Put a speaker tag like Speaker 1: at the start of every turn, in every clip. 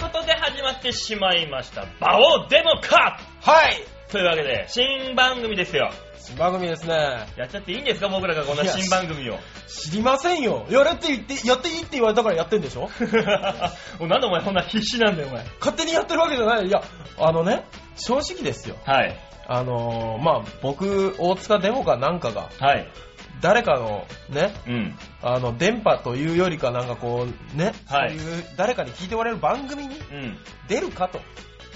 Speaker 1: してしまいました。バオデモカ
Speaker 2: はい
Speaker 1: というわけで、新番組ですよ。
Speaker 2: 新番組ですね。
Speaker 1: やっちゃっていいんですか僕らがこんない
Speaker 2: や
Speaker 1: 新番組を。
Speaker 2: 知りませんよ。やれって言って、やっていいって言われたからやってんでしょ
Speaker 1: おなんでお前そんな必死なんだよ、お前。
Speaker 2: 勝手にやってるわけじゃない。いや、あのね、正直ですよ。
Speaker 1: はい。
Speaker 2: あのー、まあ、僕、大塚デモかなんかが、
Speaker 1: はい。
Speaker 2: 誰かのね、
Speaker 1: うん。
Speaker 2: あの、電波というよりかなんかこう、ね、
Speaker 1: はい
Speaker 2: そういう、誰かに聞いておられる番組に
Speaker 1: うん。
Speaker 2: 出るかと、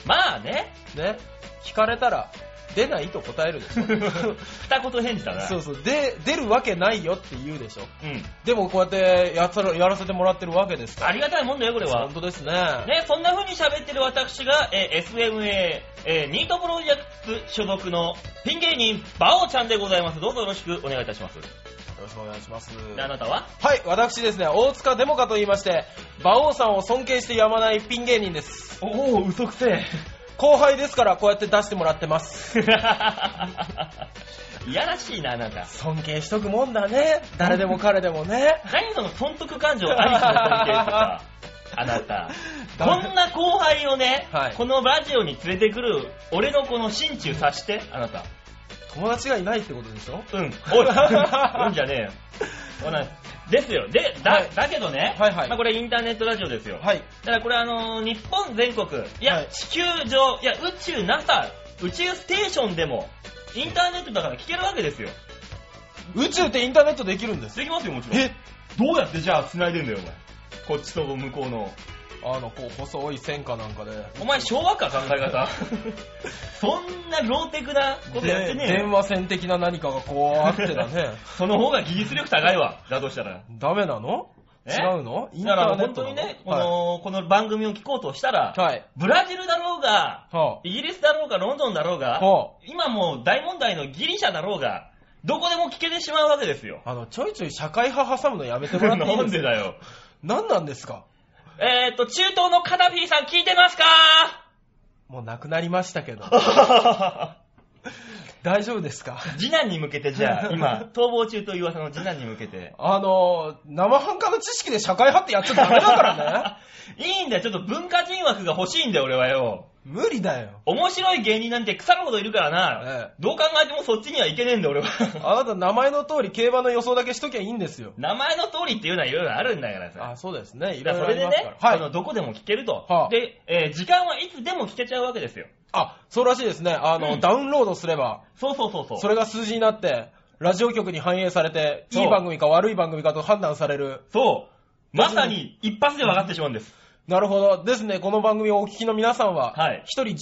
Speaker 1: まあ ね。
Speaker 2: ね、聞かれたら、出ないと答えるでしょ。
Speaker 1: 二言返事だな。
Speaker 2: そうそう、で、出るわけないよって言うでしょ。
Speaker 1: うん。
Speaker 2: でもこうやってやつらやらせてもらってるわけですから。
Speaker 1: ありがたいもんだよ、これは
Speaker 2: 本。当ですね。
Speaker 1: ね、そんな風に喋ってる私が、えー SMA、えーニートプロジェクト所属のピン芸人、バオちゃんでございます。どうぞよろしくお願いいたします。
Speaker 2: よろしくお願いします。
Speaker 1: であなたは
Speaker 2: はい、私ですね、大塚デモカと言いまして、馬王さんを尊敬してやまないピン芸人です。
Speaker 1: おお、嘘くせえ。
Speaker 2: 後輩ですからこうやって出してもらってます。
Speaker 1: いやらしいな、なんか。
Speaker 2: 尊敬しとくもんだね。誰でも彼で もね。
Speaker 1: 何その損得感情ありきの関係とか。あ なた。こんな後輩をね、
Speaker 2: はい
Speaker 1: このラジオに連れてくる、俺のこの心中察して、あなた。
Speaker 2: 友達がいないってことでしょ
Speaker 1: うん。おい、うんじゃねえよ。ほらですよ。で、だ、
Speaker 2: はい
Speaker 1: だけどね、
Speaker 2: はいはい
Speaker 1: まあこれインターネットラジオですよ。
Speaker 2: はい。
Speaker 1: だからこれあのー日本全国、いや、
Speaker 2: はい
Speaker 1: 地球上、いや、宇宙 NASA、宇宙ステーションでも、インターネットだから聞けるわけですよ。
Speaker 2: 宇宙ってインターネットできるんです。
Speaker 1: できますよ、もちろん。
Speaker 2: え
Speaker 1: どうやってじゃあ繋いでんだよ、お前。こっちと向こうの。
Speaker 2: あの、こう、細い線かなんかで。
Speaker 1: お前昭和か、考え方。 そんなローテクなことやって
Speaker 2: で
Speaker 1: ねえ
Speaker 2: 電
Speaker 1: よ。
Speaker 2: 話線的な何かがこうあって だね。
Speaker 1: その方が技術力高いわ。だとしたら。
Speaker 2: ダメなの
Speaker 1: え
Speaker 2: 違うのイン
Speaker 1: だ
Speaker 2: タ
Speaker 1: から
Speaker 2: ーネ
Speaker 1: 本
Speaker 2: ッ
Speaker 1: 当
Speaker 2: トな
Speaker 1: に
Speaker 2: の
Speaker 1: ね、この、この番組を聞こうとしたら、
Speaker 2: はい。はい。
Speaker 1: ブラジルだろうが、
Speaker 2: は
Speaker 1: イギリスだろうが、ロンドンだろう
Speaker 2: あ、
Speaker 1: が、
Speaker 2: は
Speaker 1: 今もう大問題のギリシャだろうが、どこでも聞けてしまうわけですよ。
Speaker 2: あ、あの、ちょいちょい社会派挟むのやめてもらってい
Speaker 1: な
Speaker 2: いで
Speaker 1: ん
Speaker 2: す
Speaker 1: で
Speaker 2: か
Speaker 1: だよ。
Speaker 2: 何なんですか
Speaker 1: えーっと、中東のカダフィさん聞いてます か
Speaker 2: もう亡くなりまし たけど。大丈夫ですか
Speaker 1: 次男に向けてじ ゃあ、今、逃亡中という噂の次男に向けて。
Speaker 2: あの、生半可の知識で社会派ってやっちゃダメだ からね。
Speaker 1: ね。いいんだよ、ちょっと文化人枠が欲しいんだよ、俺はよ。
Speaker 2: 無理だよ。
Speaker 1: 面白い芸人なんて腐るほどいるからな。
Speaker 2: ええ
Speaker 1: どう考えてもそっちにはいけねえんだよ、俺は。
Speaker 2: あなた名前の通り競馬の予想だけしときゃいいんですよ。
Speaker 1: 名前の通りっていうのはいろいろあるんだからさ。
Speaker 2: あ、そうですね。い
Speaker 1: だ
Speaker 2: ろ
Speaker 1: からそれ
Speaker 2: いろあり
Speaker 1: で
Speaker 2: ますか
Speaker 1: ね
Speaker 2: ら。、
Speaker 1: あ
Speaker 2: は
Speaker 1: の
Speaker 2: い。
Speaker 1: どこでも聞けると、
Speaker 2: はあ
Speaker 1: で、えー時間はいつでも聞けちゃうわけですよ。
Speaker 2: あ、そうらしいですね。あの、
Speaker 1: うん
Speaker 2: ダウンロードすれば、
Speaker 1: そうそうそうそう。
Speaker 2: それが数字になって、ラジオ局に反映されて、
Speaker 1: そう
Speaker 2: いい番組か悪い番組かと判断される。
Speaker 1: そう。まさに一発で分かってしまうん です。
Speaker 2: なるほど。ですね、この番組をお聞きの皆さんは、
Speaker 1: はい
Speaker 2: 一人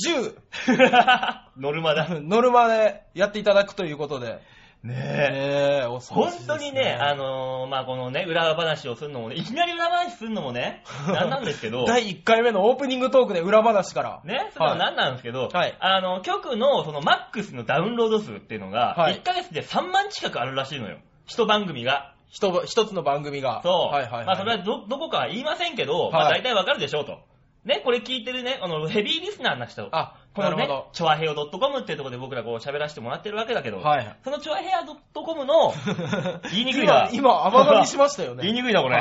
Speaker 1: ノルマだ。
Speaker 2: 10、ノルマでやっていただくということで。
Speaker 1: ねえ。
Speaker 2: ええ恐ろ
Speaker 1: 本
Speaker 2: しいです
Speaker 1: 当にね、あのーまあ、このね、裏話をするのもね、いきなり裏話するのも ね、なんなんですけど、
Speaker 2: 第1回目のオープニングトークで裏話から。
Speaker 1: ね、それはなんなんですけど、
Speaker 2: はい
Speaker 1: あの、局のそのマックスのダウンロード数っていうのが、
Speaker 2: はい
Speaker 1: 1ヶ月で3万近くあるらしいのよ。一番組が。
Speaker 2: 一ぼ一つの番組が。
Speaker 1: そう。
Speaker 2: はいはい、はい。
Speaker 1: まあ、それはど、どこかは言いませんけど、まあ、
Speaker 2: はい
Speaker 1: 大体わかるでしょうと。ね、これ聞いてるね、あの、ヘビーリスナーな人。
Speaker 2: あ
Speaker 1: この
Speaker 2: な
Speaker 1: ね
Speaker 2: るほど、
Speaker 1: チョアヘヨ .com っていうところで僕らこう喋らせてもらってるわけだけど、
Speaker 2: はい。
Speaker 1: そのチョアヘア .com の、言いにくいな
Speaker 2: 今、今、甘噛みしましたよね。
Speaker 1: 言いにくいな、これ。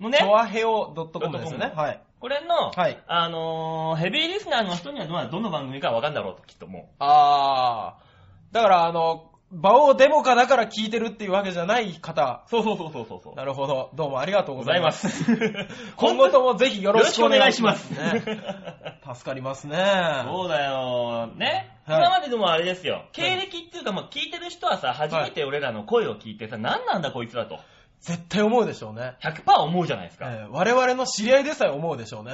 Speaker 1: のね
Speaker 2: チ、ョアヘオ .com ですよね。
Speaker 1: com
Speaker 2: はい。
Speaker 1: これの、
Speaker 2: はい
Speaker 1: あのーヘビーリスナーの人にはどうどの番組かわかんだろうと、きっとも
Speaker 2: あー。だから、あの、馬王デモカだから聞いてるっていうわけじゃない方。
Speaker 1: う。そうそうそうそうそうそう。
Speaker 2: なるほど。どうもありがとうご
Speaker 1: ご
Speaker 2: ざ
Speaker 1: ざい
Speaker 2: いま。
Speaker 1: ます す。
Speaker 2: 今後ともぜひよ
Speaker 1: よ
Speaker 2: ろ
Speaker 1: ろ
Speaker 2: し
Speaker 1: し
Speaker 2: く
Speaker 1: く
Speaker 2: お
Speaker 1: お
Speaker 2: 願
Speaker 1: 願
Speaker 2: い
Speaker 1: い
Speaker 2: し
Speaker 1: し
Speaker 2: ま
Speaker 1: ますす。
Speaker 2: ね。助かりますね。
Speaker 1: そうだよ。ね。
Speaker 2: はい
Speaker 1: 今まででもあれですよ。経歴っていうか、まあ、聞いてる人はさ、初めて俺らの声を聞いてさ、何なんだこいつらと。
Speaker 2: 絶対思うでしょうね。
Speaker 1: 100%思うじゃないですか。
Speaker 2: えー我々の知り合いでさえ思うでしょ うね。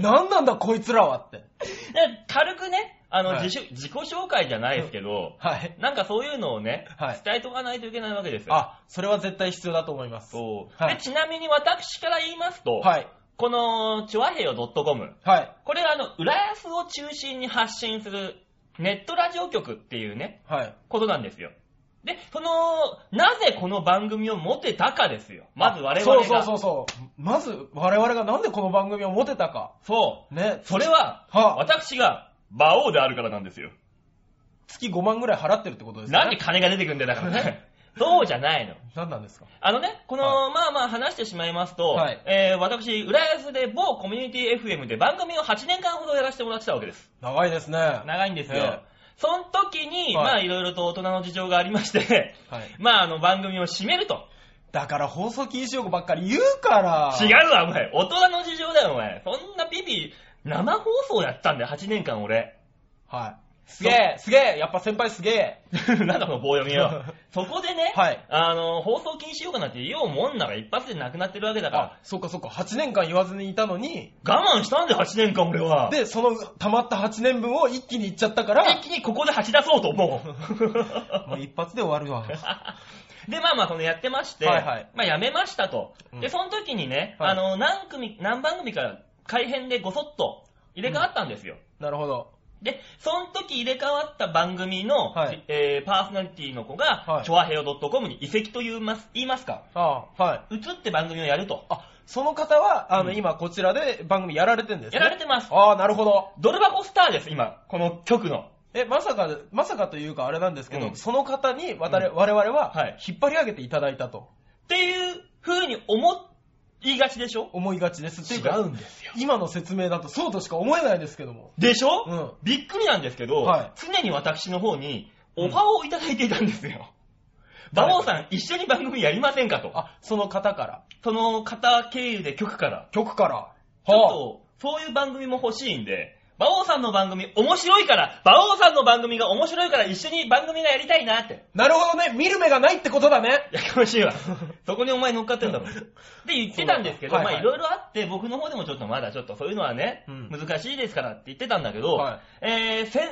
Speaker 2: なんなんだこいつらはって。
Speaker 1: で軽くね、あの、
Speaker 2: はい
Speaker 1: 自主自己紹介じゃないですけど、
Speaker 2: はい。
Speaker 1: なんかそういうのをね、
Speaker 2: はい
Speaker 1: 伝えとかないといけないわけですよ。
Speaker 2: あ、それは絶対必要だと思います。
Speaker 1: そう、
Speaker 2: はい
Speaker 1: でちなみに私から言いますと、
Speaker 2: はい。
Speaker 1: この、チュアヘヨ .com、
Speaker 2: はい。
Speaker 1: これはあの、浦安を中心に発信するネットラジオ局っていうね、
Speaker 2: はい。
Speaker 1: ことなんですよ。で、その、なぜこの番組を持てたかですよ。まず我々が。
Speaker 2: そうそうそうそう。まず、我々がなんでこの番組を持てたか。
Speaker 1: そう
Speaker 2: ね。
Speaker 1: それは、
Speaker 2: はあ、
Speaker 1: 私が、馬王であるからなんですよ。
Speaker 2: 月5万ぐらい払ってるってことですね。
Speaker 1: なんで金が出てくんだよ、だからね。そうじゃないの。
Speaker 2: 何なんですか
Speaker 1: あのね、この、
Speaker 2: は
Speaker 1: まあまあ話してしまいますと、
Speaker 2: はい
Speaker 1: えー私、浦安で某コミュニティ FM で番組を8年間ほどやらせてもらってたわけです。
Speaker 2: 長いですね。は
Speaker 1: 長いんですよ。
Speaker 2: ええ
Speaker 1: その時に、
Speaker 2: はい
Speaker 1: まあいろいろと大人の事情がありまして、
Speaker 2: い。
Speaker 1: まああの番組を閉めると。
Speaker 2: だから放送禁止用語ばっかり言うから。
Speaker 1: 違うわ、お前。大人の事情だよ、お前。そんなピピ、生放送やったんだよ、8年間俺。
Speaker 2: はい。すげえ、すげえ、やっぱ先輩すげえ。
Speaker 1: なんだこの棒読み よ。そこでね、
Speaker 2: はい
Speaker 1: あの、放送禁止用語なんて言おうもんなら一発でなくなってるわけだから
Speaker 2: あ、、そっかそっか、8年間言わずにいたのに、
Speaker 1: 我慢したんだよ、8年間俺は。
Speaker 2: で、その溜まった8年分を一気に言っちゃったから
Speaker 1: 一、気にここで吐き出そうと思
Speaker 2: も
Speaker 1: う。
Speaker 2: う一発で終わ るわ。
Speaker 1: で、まあまあ、そのやってまして、
Speaker 2: はいはい
Speaker 1: まあ、やめましたと。
Speaker 2: うん
Speaker 1: で、その時にね、
Speaker 2: はい
Speaker 1: あの、何組、何番組か改編でごそっと入れ替わったんですよ。
Speaker 2: なるほど。
Speaker 1: で、その時入れ替わった番組の、
Speaker 2: はい
Speaker 1: えーパーソナリティの子が、
Speaker 2: はい
Speaker 1: チョアヘオ .com に移籍と言います言いますか、
Speaker 2: ああ、はい。
Speaker 1: 移って番組をやると。
Speaker 2: あ、その方は、あの、
Speaker 1: うん
Speaker 2: 今こちらで番組やられてるんですね
Speaker 1: やられてます。
Speaker 2: ああ、なるほど。
Speaker 1: ドル箱スターです、今。この曲の。
Speaker 2: え、まさか、まさかというかあれなんですけど、
Speaker 1: うん
Speaker 2: その方にわたれ我々
Speaker 1: は
Speaker 2: はい引っ張り上げていただいたと
Speaker 1: っていう風に思いがちでしょ
Speaker 2: 思いがちです。ってい
Speaker 1: 違
Speaker 2: か
Speaker 1: うんですよ。
Speaker 2: 今の説明だとそうとしか思えないですけども。
Speaker 1: でしょ、
Speaker 2: うん
Speaker 1: びっくりなんですけど、
Speaker 2: はい
Speaker 1: 常に私の方に
Speaker 2: うん
Speaker 1: オファーをいただいていたんですよ。馬王さん、一緒に番組やりませんかと。
Speaker 2: あ、その方から。
Speaker 1: その方経由で局から。
Speaker 2: 曲から。
Speaker 1: ちょっと、そういう番組も欲しいんで、馬王さんの番組面白いから、馬王さんの番組が面白いから一緒に番組がやりたいなって。
Speaker 2: なるほどね。見る目がないってことだね。
Speaker 1: やかましいわ。 そこにお前乗っかってんだろ。って言ってたんですけど、
Speaker 2: はいはい
Speaker 1: まあいろいろあって、僕の方でもちょっとまだちょっとそういうのはね、
Speaker 2: うん
Speaker 1: 難しいですからって言ってたんだけど、
Speaker 2: は
Speaker 1: えー、せん、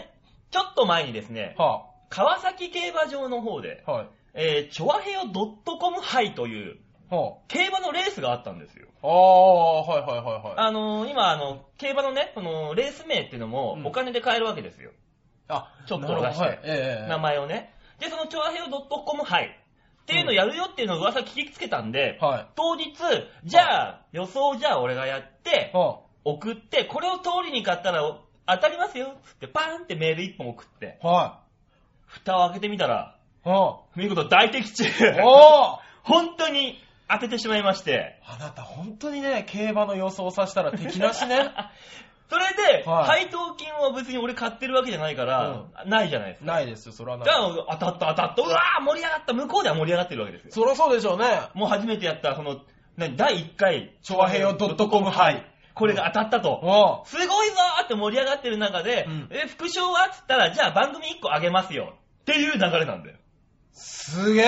Speaker 1: ちょっと前にですね、
Speaker 2: は
Speaker 1: 川崎競馬場の方で、
Speaker 2: あ、はい。
Speaker 1: えー、チョアヘヨ .com 杯という
Speaker 2: は
Speaker 1: 競馬のレースがあったんですよ。
Speaker 2: あ。ああ、はいはいはいはい。
Speaker 1: あのー今、あの、競馬のね、このレース名っていうのも
Speaker 2: うん
Speaker 1: お金で買えるわけですよ。
Speaker 2: あ
Speaker 1: ちょっと
Speaker 2: なるほど
Speaker 1: 出して
Speaker 2: はい、ええええ
Speaker 1: 名前をね。で、そのチョアヘヨ .com 杯っていうのやるよっていうのを噂聞きつけたんで、
Speaker 2: は
Speaker 1: 当日、じゃあ、予想じゃあ俺がやって
Speaker 2: い。、は
Speaker 1: 送って、これを通りに買ったら当たりますよっつって、パーンってメール一本送って、
Speaker 2: あ。は
Speaker 1: 蓋を開けてみたら、
Speaker 2: い。は
Speaker 1: 見事大的中
Speaker 2: あ。おー
Speaker 1: 本当に当ててしまいまして。
Speaker 2: あなた本当にね、競馬の予想させたら敵なし ね。
Speaker 1: それで、
Speaker 2: はい
Speaker 1: 配当金は別に俺買ってるわけじゃないから、ないじゃないですか。
Speaker 2: ないですよ、それはな
Speaker 1: じ
Speaker 2: い。
Speaker 1: ゃあ、当たった当たった、うわー盛り上がった、向こうでは盛り上がってるわけですよ。
Speaker 2: そりゃそうでしょうね。
Speaker 1: もう初めてやった、その、何、第1回、
Speaker 2: 調和平
Speaker 1: ドッ
Speaker 2: ッ
Speaker 1: ト
Speaker 2: トコム杯。
Speaker 1: これが当たったと。
Speaker 2: おう
Speaker 1: すごいぞーって盛り上がってる中で、
Speaker 2: うん
Speaker 1: え、副賞はっつったら、じゃあ番組1個あげますよ。っていう流れなんだよ。
Speaker 2: すげえ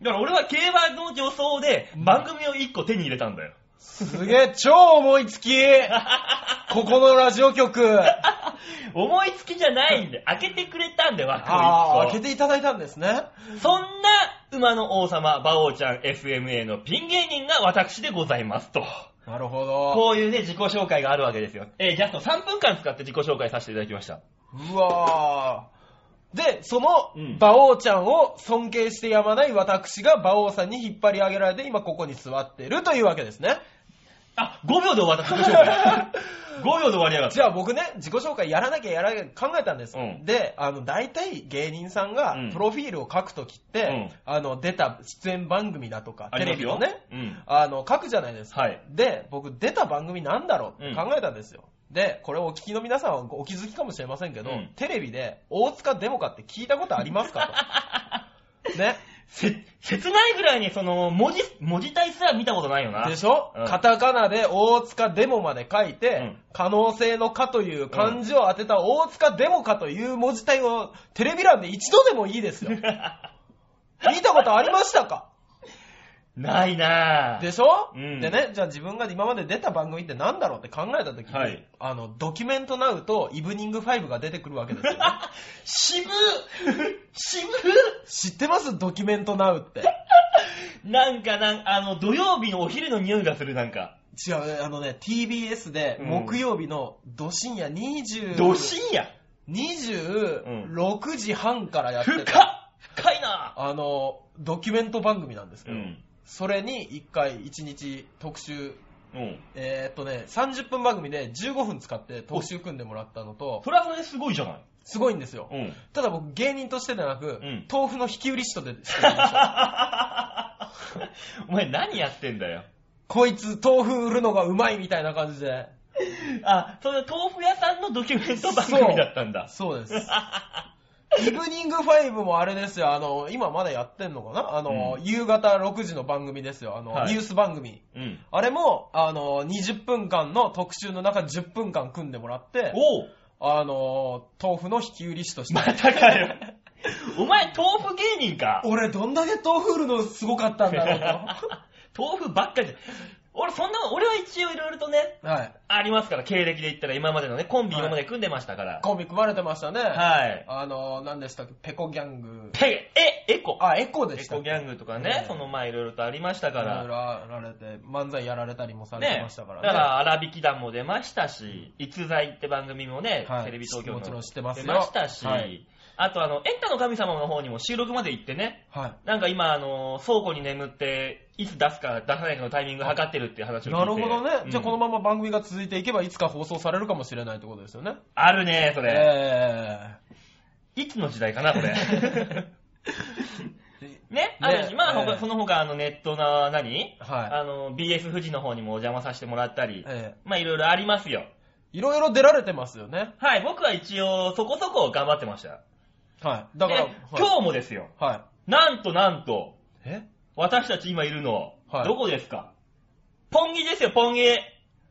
Speaker 1: だから俺は競馬の予想で
Speaker 2: うん
Speaker 1: 番組を1個手に入れたんだよ。
Speaker 2: す げえ超思いつ きここのラジオ局
Speaker 1: 思いつきじゃないんで、開けてくれたんで、枠を
Speaker 2: あ
Speaker 1: 1個
Speaker 2: あ、開けていただいたんですね。
Speaker 1: そんな馬の王様、馬王ちゃん FMA のピン芸人が私でございますと。
Speaker 2: なるほど。
Speaker 1: こういうね、自己紹介があるわけですよ。えー、ジャスト3分間使って自己紹介させていただきました。
Speaker 2: うわーで、その
Speaker 1: うん、
Speaker 2: 馬王ちゃんを尊敬してやまない私が馬王さんに引っ張り上げられて、今ここに座ってるというわけですね。
Speaker 1: あ、5秒で終わった、自己紹 介。5秒で終わりやがった。
Speaker 2: じゃあ僕ね、自己紹介やらなきゃやらなきゃ考えたんです。
Speaker 1: うん
Speaker 2: で、あの、大体芸人さん
Speaker 1: う
Speaker 2: が
Speaker 1: ん、
Speaker 2: プロフィールを書くときって、
Speaker 1: う
Speaker 2: あの、出た出演番組だとか、
Speaker 1: あ
Speaker 2: テ
Speaker 1: りま
Speaker 2: レ
Speaker 1: す
Speaker 2: ビ
Speaker 1: よ
Speaker 2: のね、
Speaker 1: うん
Speaker 2: あの、書くじゃないですか。
Speaker 1: はい
Speaker 2: で、僕、出た番組なんだろうって
Speaker 1: うん
Speaker 2: 考えたんですよ。で、これをお聞きの皆さんはお気づきかもしれませんけど、
Speaker 1: うん
Speaker 2: テレビで、大塚デモカって聞いたことありますか と。ね。
Speaker 1: せ、切ないぐらいにその、文字、文字体すら見たことないよな。
Speaker 2: でしょ、
Speaker 1: うん
Speaker 2: カタカナで大塚デモまで書いて、
Speaker 1: ん
Speaker 2: 可能性のかという漢字を当てた大塚デモかという文字体をテレビ欄で一度でもいいです よ。見たことありましたか
Speaker 1: ないなぁ。
Speaker 2: でしょ、
Speaker 1: うん
Speaker 2: でね、じゃあ自分が今まで出た番組って何だろうって考えた時に、
Speaker 1: はい
Speaker 2: あの、ドキュメントナウとイブニングファイブが出てくるわけです よね、
Speaker 1: 渋渋
Speaker 2: 知ってますドキュメントナウって。
Speaker 1: なんかなん、あの、土曜日のお昼の匂いがする、なんか。
Speaker 2: 違う、あのね、TBS で木曜日のど深夜20、
Speaker 1: ど深夜。
Speaker 2: 26時半からやって
Speaker 1: 深っ
Speaker 2: た、
Speaker 1: 深いな
Speaker 2: あの、ドキュメント番組なんですけ
Speaker 1: う
Speaker 2: ど、
Speaker 1: ん。
Speaker 2: それに一回一日特集
Speaker 1: うん。
Speaker 2: えーっとね、30分番組で15分使って特集組んでもらったのと、
Speaker 1: それはそれですごいじゃない。
Speaker 2: すごいんですよ。
Speaker 1: うん。
Speaker 2: ただ僕芸人としてではなく、
Speaker 1: うん
Speaker 2: 豆腐の引き売り人でしてるんですよ
Speaker 1: お前何やってんだよ。
Speaker 2: こいつ豆腐売るのがうまいみたいな感じで。
Speaker 1: あ、それ豆腐屋さんのドキュメント番組だったんだ。
Speaker 2: そうです。 イブニングファイブもあれですよ、あの、今まだやってんのかなあの、
Speaker 1: う
Speaker 2: 夕方6時の番組ですよ、あの、
Speaker 1: はい
Speaker 2: ニュース番組。
Speaker 1: うん。
Speaker 2: あれも、あの、20分間の特集の中10分間組んでもらって、
Speaker 1: おう
Speaker 2: あの、豆腐の引き売り師として。
Speaker 1: またかよ。 お前豆腐芸人か。
Speaker 2: 俺どんだけ豆腐売るのすごかったんだろう
Speaker 1: 豆腐ばっかりじゃ。俺そんな、俺は一応いろいろとね、
Speaker 2: と。はい。
Speaker 1: ありますから、経歴で言ったら今までのね、コンビ
Speaker 2: はい
Speaker 1: 今まで組んでましたから。
Speaker 2: コンビ組まれてましたね。
Speaker 1: はい。
Speaker 2: あの、何でしたっけ、ペコギャング。
Speaker 1: ペえ、エコ。
Speaker 2: あ、エコで
Speaker 1: エ
Speaker 2: した
Speaker 1: コギャングとかね
Speaker 2: う、ん
Speaker 1: その前いろいろとありましたか
Speaker 2: いろいろ
Speaker 1: ら。
Speaker 2: やられて、漫才やられたりもされて
Speaker 1: ね
Speaker 2: ましたか
Speaker 1: だから
Speaker 2: ね。
Speaker 1: ら、荒引き団も出ましたし、逸材って番組もね、
Speaker 2: はい
Speaker 1: テレビ東京の
Speaker 2: もちろん知ってますよ
Speaker 1: 出ましたし、
Speaker 2: はい
Speaker 1: あとあの、エンタの神様の方にも収録まで行ってね、
Speaker 2: は
Speaker 1: なんか今、あの、倉庫に眠って、いつ出すか出さないかのタイミング測ってるっていう話
Speaker 2: い。
Speaker 1: を聞いて。
Speaker 2: なるほどね。
Speaker 1: うん
Speaker 2: じゃあこのまま番組が続いていけば、いつか放送されるかもしれないってことですよね。
Speaker 1: あるね、それ。
Speaker 2: え
Speaker 1: いつの時代かな、 これ。
Speaker 2: え
Speaker 1: ね、あるし、まあ、
Speaker 2: ええ
Speaker 1: 他その他、あの、ネットな、何
Speaker 2: は
Speaker 1: あの、BS 富士の方にもお邪魔させてもらったり
Speaker 2: い。、ええ
Speaker 1: まあ、いろいろありますよ。
Speaker 2: いろいろ出られてますよね。
Speaker 1: はい、僕は一応、そこそこ頑張ってました。
Speaker 2: はい。だから、
Speaker 1: ね
Speaker 2: はい
Speaker 1: 今日もですよ。
Speaker 2: は
Speaker 1: なんとなんと、
Speaker 2: い。え
Speaker 1: 私たち今いるの、
Speaker 2: はい
Speaker 1: どこですかポンギですよ、ポンギ。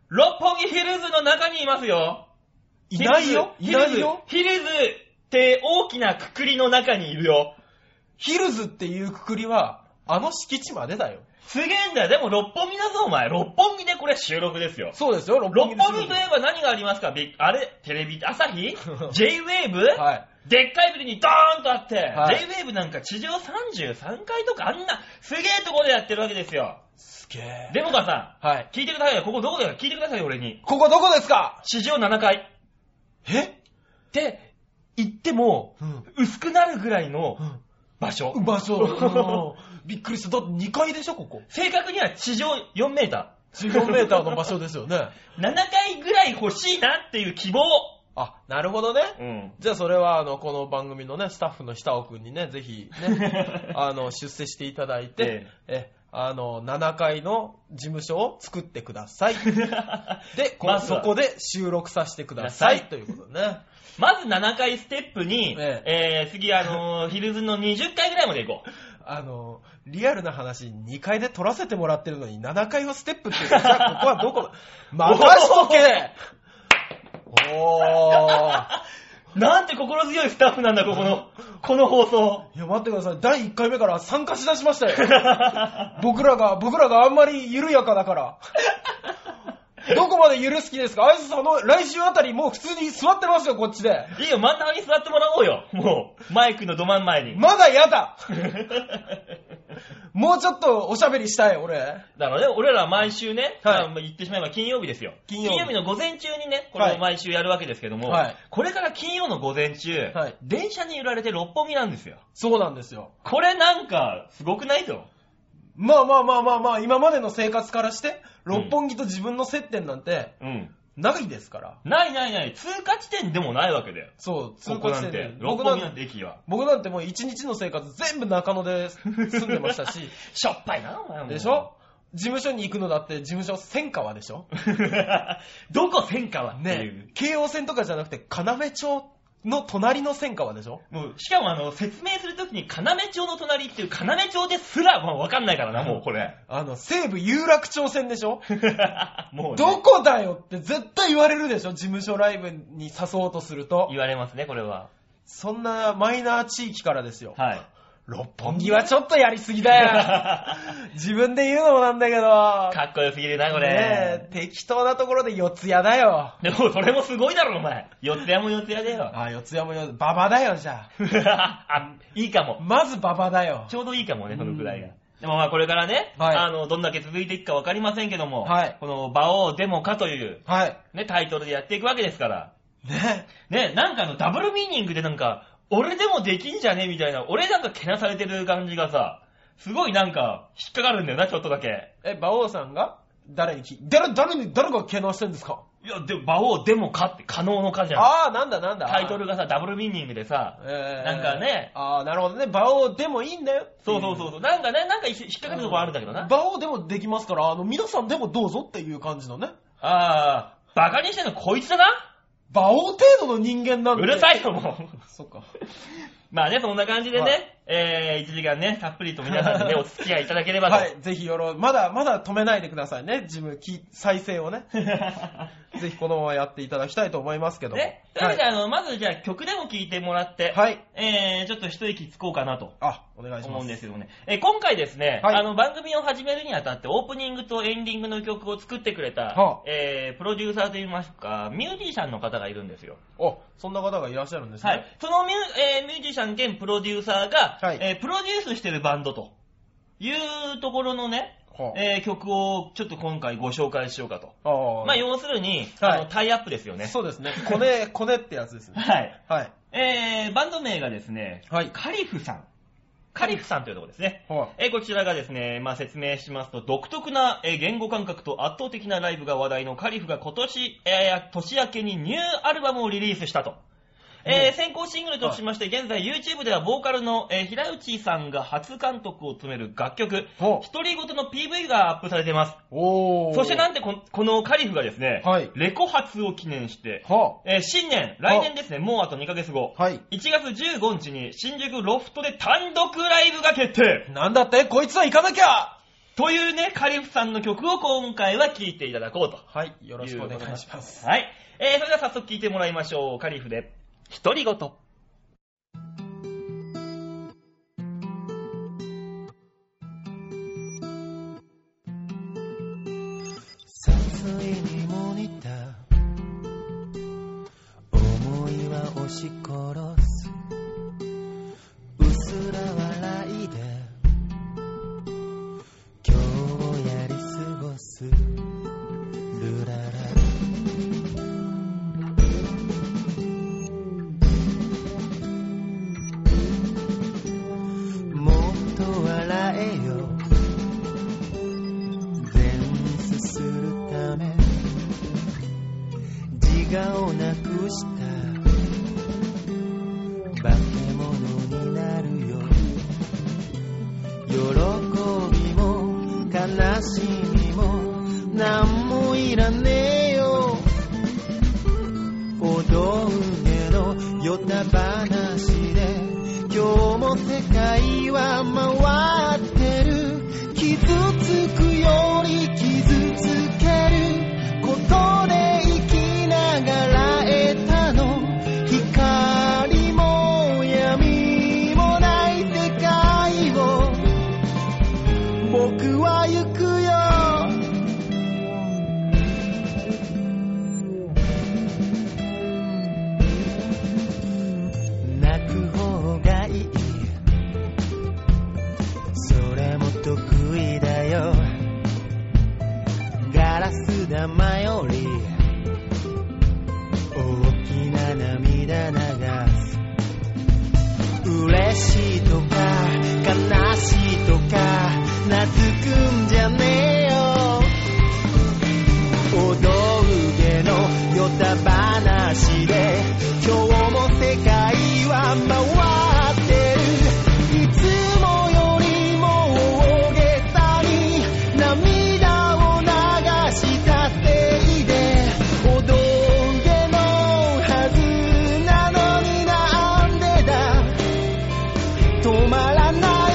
Speaker 1: 六本木ヒルズの中にいますよ。
Speaker 2: いないよ
Speaker 1: ヒ
Speaker 2: い
Speaker 1: ルズ
Speaker 2: ないよ
Speaker 1: ヒルズヒルズって大きなくくりの中にいるよ。
Speaker 2: ヒルズっていうくくりは、あの敷地までだよ。
Speaker 1: すげえんだよ。でも六本木だぞ、お前。六本木でこれ収録ですよ。
Speaker 2: そうですよ、六
Speaker 1: 六
Speaker 2: 本木ですよ
Speaker 1: 本木といえば何がありますかびあれテレビ、朝 日 ?J-Wave?
Speaker 2: はい。
Speaker 1: でっかいビルにドーンとあって、
Speaker 2: はい
Speaker 1: J-Wave なんか地上33階とかあんな、すげえとこでやってるわけですよ。
Speaker 2: すげえ。
Speaker 1: デモカさ
Speaker 2: はい。
Speaker 1: ん、聞いてくださいよ。ここどこだよ。聞いてくださいよ、俺に。
Speaker 2: ここどこですか
Speaker 1: 地上7階。
Speaker 2: え
Speaker 1: って言っても、
Speaker 2: うん。
Speaker 1: 薄くなるぐらいの場所。
Speaker 2: うま そう。うんびっくりした。だって2階でしょ、ここ。
Speaker 1: 正確には地上4メータ
Speaker 2: 14メーターの場所ですよね。
Speaker 1: ー。7階ぐらい欲しいなっていう希望。
Speaker 2: あ、なるほどね。
Speaker 1: うん。
Speaker 2: じゃあそれは、あの、この番組のね、スタッフの久尾くんにね、ぜひ、 ね、あの、出世していただいて、え、あの、7階の事務所を作ってください。で、こ
Speaker 1: まず
Speaker 2: そ
Speaker 1: は
Speaker 2: こで収録させてくださ
Speaker 1: ください
Speaker 2: い。ということでね。
Speaker 1: まず7階ステップに、
Speaker 2: え
Speaker 1: えー、次、あのーヒルズの20階ぐらいまで行こう。
Speaker 2: あの、リアルな話、2階で撮らせてもらってるのに、7階をステップって言うから、じゃあここは どこだ任しとけおー。
Speaker 1: なんて心強いスタッフなんだ、ここの、この放送。
Speaker 2: いや、待ってください。第1回目から参加しだしましたよ。 僕らが、僕らがあんまり緩やかだから。 どこまで緩す気ですかあいつさんの来週あたりもう普通に座ってますよ、こっちで。
Speaker 1: いいよ、真ん中に座ってもらおうよ。もう、マイクのど真ん前 に。
Speaker 2: まだやだもうちょっとおしゃべりしたい、俺。
Speaker 1: だからね、俺らは毎週ね、
Speaker 2: はい
Speaker 1: まあ言ってしまえば金曜日ですよ。
Speaker 2: 金曜日
Speaker 1: の午前中にね、これを毎週やるわけですけども、
Speaker 2: はい
Speaker 1: これから金曜の午前中、
Speaker 2: はい
Speaker 1: 電車に揺られて六本木なんですよ。
Speaker 2: そうなんですよ。
Speaker 1: これなんか、すごくないと。
Speaker 2: まあまあまあまあまあ、今までの生活からして、六本木と自分の接点なんて、
Speaker 1: うん。
Speaker 2: ないですから。
Speaker 1: ないないない、通過地点でもないわけだよ。
Speaker 2: そう、
Speaker 1: ここなん
Speaker 2: で
Speaker 1: て、。六
Speaker 2: 僕
Speaker 1: 本
Speaker 2: な
Speaker 1: 木なん
Speaker 2: ん
Speaker 1: て
Speaker 2: て、
Speaker 1: 駅は。
Speaker 2: 僕なんてもう一日の生活全部中野で住んでましたし、
Speaker 1: しょっぱいな、お前も
Speaker 2: でしょ事務所に行くのだって、事務所千川でしょ
Speaker 1: どこ千川っていう。
Speaker 2: ね京王線とかじゃなくて、要町の隣の千川でしょ
Speaker 1: もう、しかもあの、説明するときに、要町の隣っていう要町ですら、もうわかんないからな、もうこ れ。
Speaker 2: あの、西武有楽町線でしょ
Speaker 1: もうね、
Speaker 2: どこだよって絶対言われるでしょ事務所ライブに誘おうとすると。
Speaker 1: 言われますね、これは。
Speaker 2: そんなマイナー地域からですよ。
Speaker 1: はい。
Speaker 2: 六本木はちょっとやりす ぎだよ。自分で言うのもなんだけど。
Speaker 1: かっこよすぎるな、こ
Speaker 2: ね
Speaker 1: れ。
Speaker 2: え、適当なところで四ツ谷だよ。
Speaker 1: でも、それもすごいだろ、お前。四つ谷も四つ谷だよ。
Speaker 2: ああ、四ツ谷も四ババだよ、じゃ
Speaker 1: あ、いいか
Speaker 2: あ。
Speaker 1: も。
Speaker 2: まずババだよ
Speaker 1: ち。ょうどいいかもね、そのくらいが。でもまあ、これからね、
Speaker 2: はい
Speaker 1: あの、どんだけ続いていくかわかりませんけども、
Speaker 2: はい
Speaker 1: この、馬王デモかという、
Speaker 2: はい。
Speaker 1: ね、タイトルでやっていくわけですから。
Speaker 2: ね
Speaker 1: ね、なんかあの、ダブルミーニングでなんか、俺でもできんじゃねみたいな、俺なんかけなされてる感じがさ、すごいなんか、引っかかるんだよな、ちょっとだけ。
Speaker 2: え。え、馬王さんが誰にき、誰、誰に、誰がけなしてんですか
Speaker 1: いや、でも、馬王でもかって、可能のかじゃん。
Speaker 2: ああ、なんだなんだ。
Speaker 1: タイトルがさ、ダブルミーニングでさ、
Speaker 2: えー
Speaker 1: なんかね
Speaker 2: ああ、なるほどね。馬王でもいいんだよ。
Speaker 1: そうそうそうそう、なんかね、なんか引っ掛かるとこあるんだけどな。
Speaker 2: 馬王でもできますから、あの、皆さんでもどうぞっていう感じのね。
Speaker 1: あー、バカにしてんのこいつだな
Speaker 2: 馬王程度の人間なん
Speaker 1: う
Speaker 2: で。
Speaker 1: るさ
Speaker 2: い
Speaker 1: いよ、 もう。
Speaker 2: そっか。
Speaker 1: まあね、そんな感じでね、
Speaker 2: はい
Speaker 1: えー、1時間ね、たっぷりと皆さんに ね、お付き合いいただければと。
Speaker 2: はい、ぜひよろ、まだ、まだ止めないでくださいね。ジム、き再生をね。ぜひこのままやっていただきたいと思いますけども。
Speaker 1: ね、というわ
Speaker 2: は
Speaker 1: けで、
Speaker 2: い。
Speaker 1: あの、まずじゃあ曲でも聴いてもらって、
Speaker 2: はい。
Speaker 1: えー、ちょっと一息つこうかなと。
Speaker 2: あ、お願いし
Speaker 1: 思
Speaker 2: ま
Speaker 1: うん
Speaker 2: す。
Speaker 1: ですけどね。えー今回ですね、
Speaker 2: はい
Speaker 1: あの番組を始めるにあたってオープニングとエンディングの曲を作ってくれた、
Speaker 2: はあ
Speaker 1: えープロデューサーといいますか、ミュージシャンの方がいるんですよ。
Speaker 2: お、そんな方がいらっしゃるんですね。
Speaker 1: はい。そのミュ,、えーミュージシャン兼プロデューサーが、
Speaker 2: はい
Speaker 1: えープロデュースしてるバンドというところのね、
Speaker 2: はあ
Speaker 1: えー曲をちょっと今回ご紹介しようかと。
Speaker 2: ああ。
Speaker 1: まあ要するに、
Speaker 2: はい
Speaker 1: あのタイアップですよね。
Speaker 2: そうですね。コネ、 コネってやつですね。
Speaker 1: はい。
Speaker 2: はい。
Speaker 1: えーバンド名がですね、
Speaker 2: はい
Speaker 1: カリフさん。カリフさんというところですね。
Speaker 2: は
Speaker 1: えーこちらがですね、まあ、説明しますと、独特な、えー言語感覚と圧倒的なライブが話題のカリフが今年、えー年明けにニューアルバムをリリースしたと。えー先行シングルとしまして、現在 YouTube ではボーカルの、えー平内さんが初監督を務める楽曲、
Speaker 2: ほう
Speaker 1: 独り言の PV がアップされています。
Speaker 2: おー。
Speaker 1: そしてなんてこのこのカリフがですね、
Speaker 2: はい
Speaker 1: レコ発を記念して、
Speaker 2: は
Speaker 1: えー新年、来年ですね、もうあと2ヶ月後、
Speaker 2: あ。はい。
Speaker 1: 1月15日に新宿ロフトで単独ライブが決定
Speaker 2: なんだってこいつは行かなきゃ
Speaker 1: というね、カリフさんの曲を今回は聴いていただこうと。
Speaker 2: はい。よろしくお願いします。
Speaker 1: はい。えー、それでは早速聴いてもらいましょう。カリフで、独り言。
Speaker 3: 山水にも似た思いは押し殺すうすら笑いで今日をやり過ごすルララもっと笑えよ前世するため自我をなくした化け物になるよ喜びも悲しみも何もいらねえよ踊うけどよた話で今日も世界は回ってる傷つくより傷つけることで生きながら得たの光も闇もない世界を僕は行くよ泣く方がいいそれも得意だよガラス玉より大きな涙流す嬉しいとか悲しいとか懐くんじゃねえよ踊うけどよた話で今日も世界は回ってるいつもよりも大げさに涙を流したせいで踊うけのはずなのになんでだと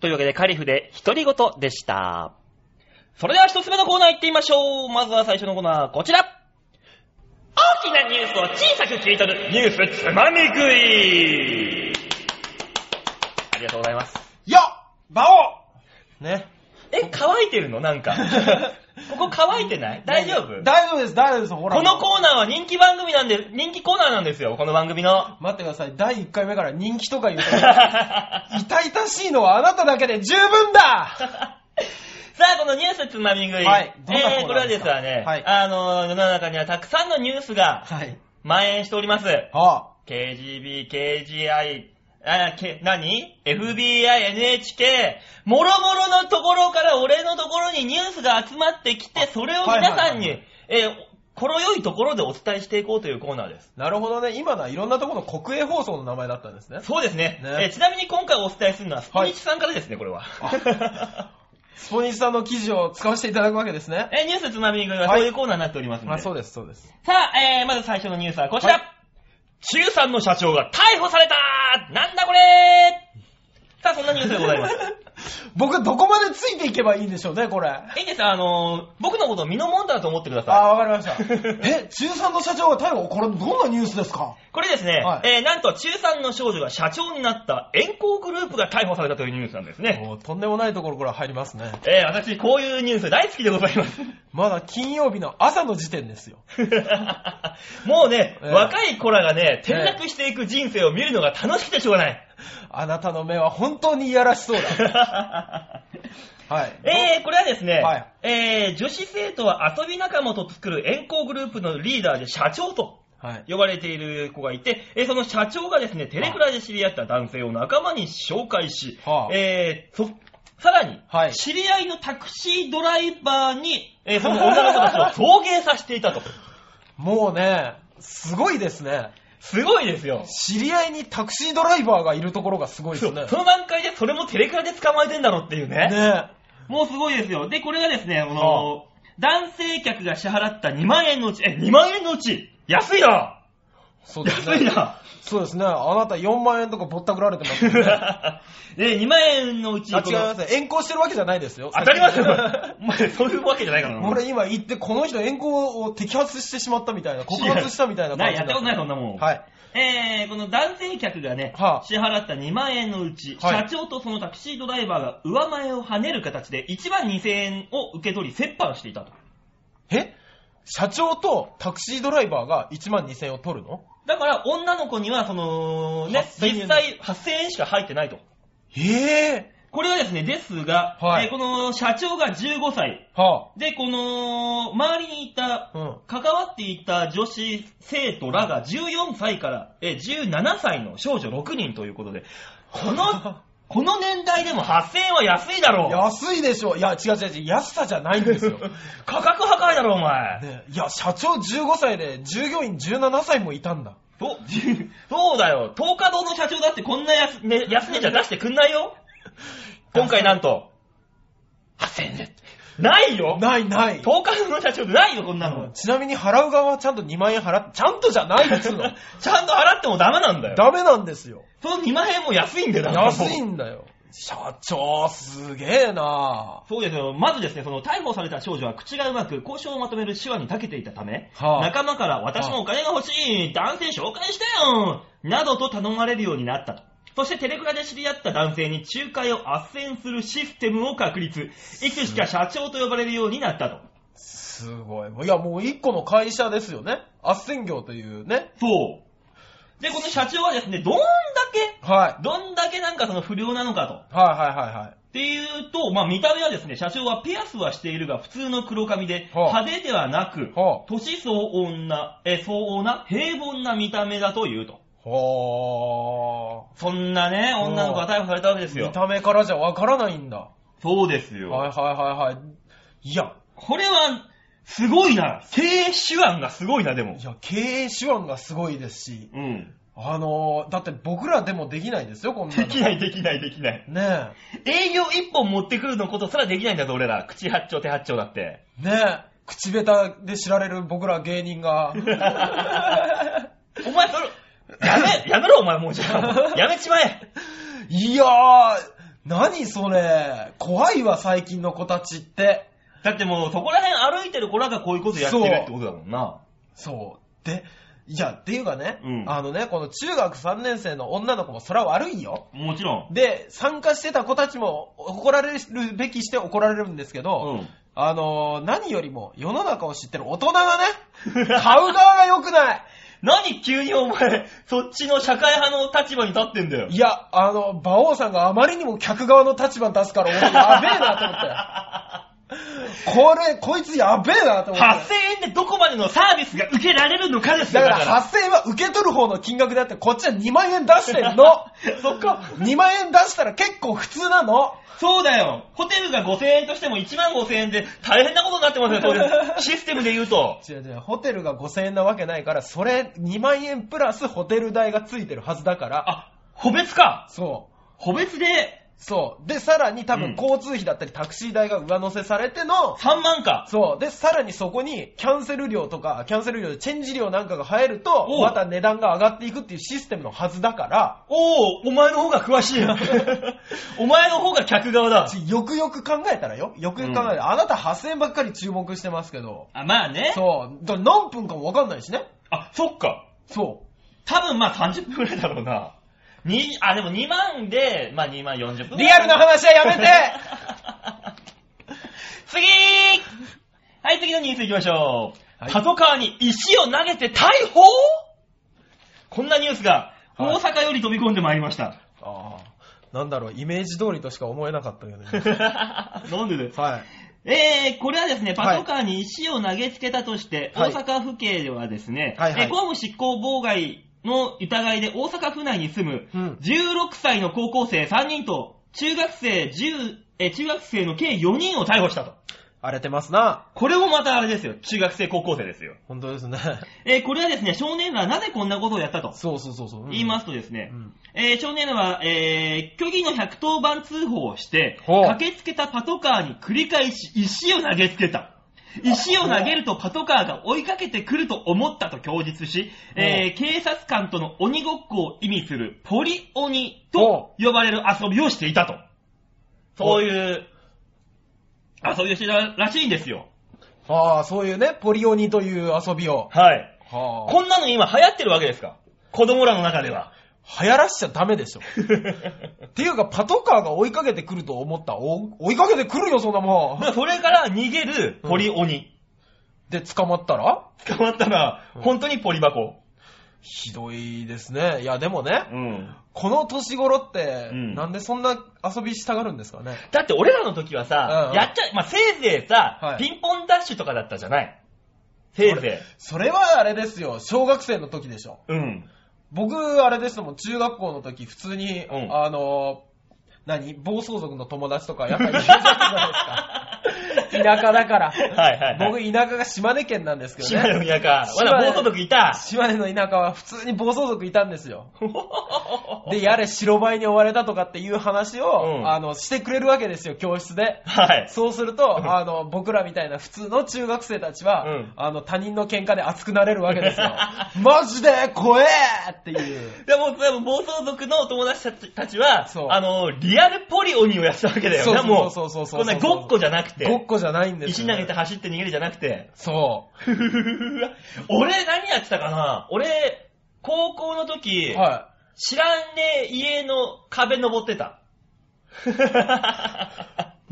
Speaker 1: というわけで、カリフで独り言でした。それでは一つ目のコーナー行ってみましょう。まずは最初のコーナー、こちら。大きなニュースを小さく切り取る、ニュースつまみ食い。ありがとうございます。
Speaker 2: よバオね。
Speaker 1: え、乾いてるのなん か。ここ乾いてない大丈夫
Speaker 2: 大丈夫です、大丈夫です、ほら。
Speaker 1: このコーナーは人気番組なんで、人気コーナーなんですよ、この番組の。
Speaker 2: 待ってください、第1回目から人気 とか言うと、痛々しいのはあなただけで十分だ
Speaker 1: さあ、このニュースつまみ食い。
Speaker 2: はいどんなコーナーですか
Speaker 1: えーこれはですね、
Speaker 2: はい
Speaker 1: あの、世の中にはたくさんのニュースが
Speaker 2: はい。
Speaker 1: 蔓延しております。
Speaker 2: あ
Speaker 1: KGB、KGI、あ、け、何 ?FBI、NHK、もろもろのところから俺のところにニュースが集まってきて、それを皆さんに、
Speaker 2: はいは
Speaker 1: えー、この良いところでお伝えしていこうというコーナーです。
Speaker 2: なるほどね、今のはいろんなところの国営放送の名前だったんですね。
Speaker 1: そうですね。
Speaker 2: ね
Speaker 1: えーちなみに今回お伝えするのはスポニチさんからですね、これは。
Speaker 2: スポニチさんの記事を使わせていただくわけですね。
Speaker 1: えーニュースつまみ食いは
Speaker 2: はい
Speaker 1: そういうコーナーになっておりますので。
Speaker 2: あ、そうです、そうです。
Speaker 1: さあ、えー、まず最初のニュースはこちら。
Speaker 2: はい
Speaker 1: 中3の社長が逮捕されたなんだこれさあ、そんなニュースでござ います。
Speaker 2: 僕、どこまでついていけばいいんでしょうね、これ。あ
Speaker 1: いいです、あのー僕のことを身のもんだと思ってくださ
Speaker 2: ー、わかりました。 え、中3の社長が逮捕これ、どんなニュースですか
Speaker 1: い。これですね、
Speaker 2: はい
Speaker 1: えーなんと中3の少女が社長になった遠行グループが逮捕されたというニュースなんですね。
Speaker 2: もう、とんでもないところから入りますね。
Speaker 1: えー私、こういうニュース大好きでござい ます。
Speaker 2: まだ金曜日の朝の時点ですよ。
Speaker 1: もうね、
Speaker 2: ええ
Speaker 1: 若い子らがね、転落していく人生を見るのが楽しくてしょうがない。
Speaker 2: あなたの目は本当にいやらしそうだ。 はい。
Speaker 1: えー、これはですね、
Speaker 2: はい
Speaker 1: えー女子生徒は遊び仲間と作る遠行グループのリーダーで社長と
Speaker 2: はい。
Speaker 1: 呼ばれている子がいて、えーその社長がですね、テレクラで知り合った男性を仲間に紹介し、
Speaker 2: はあ
Speaker 1: えーそさらに、
Speaker 2: はい
Speaker 1: 知り合いのタクシードライバーに、えーその女の子たちを送迎させていたと。
Speaker 2: もうね、すごいですね。
Speaker 1: すごいですよ。
Speaker 2: 知り合いにタクシードライバーがいるところがすごいです
Speaker 1: そ
Speaker 2: ね。
Speaker 1: その段階でそれもテレクラで捕まえてんだろうっていうね。
Speaker 2: ね
Speaker 1: もうすごいですよ。で、これがですね、こ
Speaker 2: は
Speaker 1: の、男性客が支払った2万円のうち、え、2万円のうち安いな
Speaker 2: そうです
Speaker 1: 安い
Speaker 2: ね。
Speaker 1: な
Speaker 2: そうですね。あなた4万円とかぼったくられてますよね。
Speaker 1: で、2万円のうち、
Speaker 2: あ、
Speaker 1: こ
Speaker 2: 違い
Speaker 1: の
Speaker 2: ますね。遠行してるわけじゃないですよ。
Speaker 1: 当たりますよ
Speaker 2: 先に。
Speaker 1: お前、そういうわけじゃないからな。
Speaker 2: 俺今言って、この人遠行を摘発してしまったみたいな、告発したみたいな
Speaker 1: な
Speaker 2: 感じ
Speaker 1: い、
Speaker 2: に
Speaker 1: やったことない、そんなもん。
Speaker 2: はい。
Speaker 1: えー、この男性客がね、
Speaker 2: はあ
Speaker 1: 支払った2万円のうち、
Speaker 2: はい
Speaker 1: 社長とそのタクシードライバーが上前を跳ねる形で1万2000円を受け取り折半していたと。
Speaker 2: え社長とタクシードライバーが1万2000円を取るの
Speaker 1: だから女の子には、その、ね、
Speaker 2: 8000円
Speaker 1: 実際8000円しか入ってないと。
Speaker 2: ええ
Speaker 1: これはですね、ですが、
Speaker 2: はい
Speaker 1: えーこの社長が15歳、
Speaker 2: は
Speaker 1: で、この、周りにいた、
Speaker 2: あ。うん。
Speaker 1: 関わっていた女子生徒らが14歳からえー17歳の少女6人ということで、こ の、この年代でも8000円は安いだろう。
Speaker 2: 安いでしょ。いや、違う違う違う。安さじゃないんです よ。
Speaker 1: 価格破壊だろ、お前。
Speaker 2: ね、いや、社長15歳で従業員17歳もいたんだ。
Speaker 1: どそうだよ。東華堂の社長だってこんな安,、ね、安値じゃ出してくんないよ。今回なんと、8000円で。ないよ
Speaker 2: ないない。
Speaker 1: 東華堂の社長でないよ、こんなの。
Speaker 2: ちなみに払う側はちゃんと2万円払って、ちゃんとじゃないっつうの。
Speaker 1: ちゃんと払ってもダメなんだよ。
Speaker 2: ダメなんですよ。
Speaker 1: その2万円も安いんだよ、だから
Speaker 2: 安いんだよ。社長、すげえな
Speaker 1: そうですよ。まずですね、その逮捕された少女は口がうまく交渉をまとめる手話に長けていたため、
Speaker 2: はあ
Speaker 1: 仲間から私もお金が欲しい、男性紹介してよなどと頼まれるようになったと。そしてテレクラで知り合った男性に仲介を斡旋するシステムを確立。いつしか社長と呼ばれるようになったと。
Speaker 2: すごい。いや、もう一個の会社ですよね。斡旋業というね。
Speaker 1: そう。で、この社長はですね、どんだ
Speaker 2: は
Speaker 1: け、どんだけなんかその不良なのかと。
Speaker 2: い。はいはいはいはい。
Speaker 1: っていうと、まあ、見た目はですね、社長はピアスはしているが普通の黒髪で、
Speaker 2: はあ
Speaker 1: 派手ではなく、
Speaker 2: はあ
Speaker 1: 年相応な、え、相応な、平凡な見た目だというと。
Speaker 2: は
Speaker 1: そんなね、女の子が逮捕されたわけです
Speaker 2: ー。見
Speaker 1: よ。
Speaker 2: た目からじゃわからないんだ。は
Speaker 1: そうです
Speaker 2: い
Speaker 1: よ。
Speaker 2: はいはいはい。いや、
Speaker 1: これは、すごいな。経営手腕がすごいな、でも
Speaker 2: い。や、経営手腕がすごいですし、
Speaker 1: うん。
Speaker 2: あのー、だって僕らでもできないですよ、こんなの。
Speaker 1: できない、できない、できない。
Speaker 2: ね
Speaker 1: 営業一本持ってくるのことすらできないんだぞ、俺ら。口八丁手八丁だって。
Speaker 2: え、ねえ、口下手で知られる僕ら芸人 が、
Speaker 1: お前、 それ、やめ、やめろ、お前、もうじゃあ。やめちまえ。
Speaker 2: いや何それ。怖いわ、最近の子たちって。
Speaker 1: だってもうそこら辺歩いてる子らがこういうことやってるってことだもんな。
Speaker 2: そう。で、いや、っていうかね、
Speaker 1: うん
Speaker 2: あのね、この中学3年生の女の子もそら悪いよ。
Speaker 1: もちろん。
Speaker 2: で、参加してた子たちも怒られるべきして怒られるんですけ
Speaker 1: う
Speaker 2: ど、
Speaker 1: ん。
Speaker 2: あのー何よりも世の中を知ってる大人がね、買う側が良くない
Speaker 1: 何急にお前、そっちの社会派の立場に立ってんだよ。
Speaker 2: いや、あの、馬王さんがあまりにも客側の立場に立つから、俺やべえ なと思って。これ、こいつやべえなと思っ
Speaker 1: 8000
Speaker 2: て。
Speaker 1: 円でどこまでのサービスが受けられるのかです
Speaker 2: だ
Speaker 1: よ。
Speaker 2: から8000円は受け取る方の金額であって、こっちは2万円出してんの。
Speaker 1: そっか。
Speaker 2: 2万円出したら結構普通なの。
Speaker 1: そうだよ。ホテルが5000円としても1万5000円で大変なことになってますよ、そ れ。システムで言うと。
Speaker 2: 違う違う、ホテルが5000円なわけないから、それ2万円プラスホテル代がついてるはずだから。
Speaker 1: あ、個別か。
Speaker 2: そう。
Speaker 1: 個別で
Speaker 2: そう。で、さらに多
Speaker 1: うん
Speaker 2: 分交通費だったりタクシー代が上乗せされての、
Speaker 1: 3万か。
Speaker 2: そう。で、さらにそこにキャンセル料とか、キャンセル料でチェンジ料なんかが入ると
Speaker 1: おう、
Speaker 2: また値段が上がっていくっていうシステムのはずだから、
Speaker 1: おお、お前の方が詳しい な。お前の方が客側だ。
Speaker 2: ちよくよく考えたらよ。よくよく考えたら、あなた8000円ばっかり注目してますけど、
Speaker 1: あ、まあね。
Speaker 2: そう。だから何分かもわかんないしね。
Speaker 1: あ、そっか。
Speaker 2: そ
Speaker 1: 多分まあ30分ぐらいだろうな。に、あ、でも2万で、まあ2万40
Speaker 2: う。
Speaker 1: 分。
Speaker 2: リアルな話はや めて
Speaker 1: 次はい、次のニュース行きましょう。
Speaker 2: はい
Speaker 1: パトカーに石を投げて逮捕こんなニュースが
Speaker 2: はい
Speaker 1: 大阪より飛び込んでまいりま した。
Speaker 2: ああ、なんだろう、イメージ通りとしか思えなかったよ ね。
Speaker 1: なんでです
Speaker 2: はい。
Speaker 1: えー、これはですね、パトカーに石を投げつけたとして、
Speaker 2: はい
Speaker 1: 大阪府警ではですね、
Speaker 2: はいはい
Speaker 1: えー公務執行妨害の疑いで大阪府内に住む
Speaker 2: うん。
Speaker 1: 16歳の高校生3人と中学生10、えー中学生の計4人を逮捕したと。
Speaker 2: 荒れてますな。
Speaker 1: これもまたあれですよ。中学生、高校生ですよ。
Speaker 2: 本当ですね。
Speaker 1: えーこれはですね、少年らはなぜこんなことをやったと
Speaker 2: そうそうそうそう。うん
Speaker 1: 言いますとですね、
Speaker 2: うん
Speaker 1: えー少年らは、えー虚偽の110番通報をして、
Speaker 2: ほう
Speaker 1: 駆けつけたパトカーに繰り返し石を投げつけた。石を投げるとパトカーが追いかけてくると思ったと供述し、
Speaker 2: ほう
Speaker 1: えー警察官との鬼ごっこを意味するポリ鬼と呼ばれる遊びをしていたと。
Speaker 2: ほ
Speaker 1: そうういう遊びをしてたらしいんですよ。
Speaker 2: はあ、そういうね、ポリオニという遊びを。
Speaker 1: はい。
Speaker 2: は
Speaker 1: こんなの今流行ってるわけですか子供らの中で は。
Speaker 2: あ。流行らしちゃダメで しょ。っていうか、パトカーが追いかけてくると思った。お追いかけてくるよ、そん なも
Speaker 1: それから逃げるポリ鬼。
Speaker 2: ん。で、捕まったら
Speaker 1: 捕まったら、
Speaker 2: うん
Speaker 1: 本当にポリ箱。
Speaker 2: ひどいですね。いや、でもね、
Speaker 1: うん。
Speaker 2: この年頃って、
Speaker 1: うん
Speaker 2: なんでそんな遊びしたがるんですかね。
Speaker 1: だって俺らの時はさ
Speaker 2: う、んうん
Speaker 1: やっちゃ、まあ、せいぜいさ、
Speaker 2: はい
Speaker 1: ピンポンダッシュとかだったじゃないせいぜ
Speaker 2: それはあれですよ、小学生の時でしょ。
Speaker 1: い。うん。
Speaker 2: 僕、あれですもん、中学校の時、普通に、
Speaker 1: うん
Speaker 2: あのー、何暴走族の友達とか、やっぱりいるじゃない ですか。田舎だから。
Speaker 1: はいはいはい。
Speaker 2: 僕、田舎が島根県なんですけど
Speaker 1: 島根
Speaker 2: ね。
Speaker 1: の田舎。ま
Speaker 2: 島根
Speaker 1: だ暴走族いた。
Speaker 2: 島根の田舎は普通に暴走族いたんですよ。で、やれ白バイに追われたとかっていう話を、
Speaker 1: うん
Speaker 2: あの、してくれるわけですよ、教室で。
Speaker 1: はい。
Speaker 2: そうすると、あの、僕らみたいな普通の中学生たちは、
Speaker 1: うん
Speaker 2: あの、他人の喧嘩で熱くなれるわ けですよ。マジで怖えっていう。
Speaker 1: でも、でも暴走族の友達たちは
Speaker 2: そう、
Speaker 1: あの、リアルポリ鬼をやってたわけだよ
Speaker 2: そう
Speaker 1: な、
Speaker 2: そう
Speaker 1: もう。
Speaker 2: そうそうそうそう
Speaker 1: こんなごっこじゃなくて。
Speaker 2: ごっこじゃないんです
Speaker 1: 石
Speaker 2: よ
Speaker 1: 投げて走って逃げるじゃなく て。
Speaker 2: そ
Speaker 1: 俺何やってたかな俺、高校の時、
Speaker 2: う。は
Speaker 1: 知らんねえ家の壁登って た。
Speaker 2: い。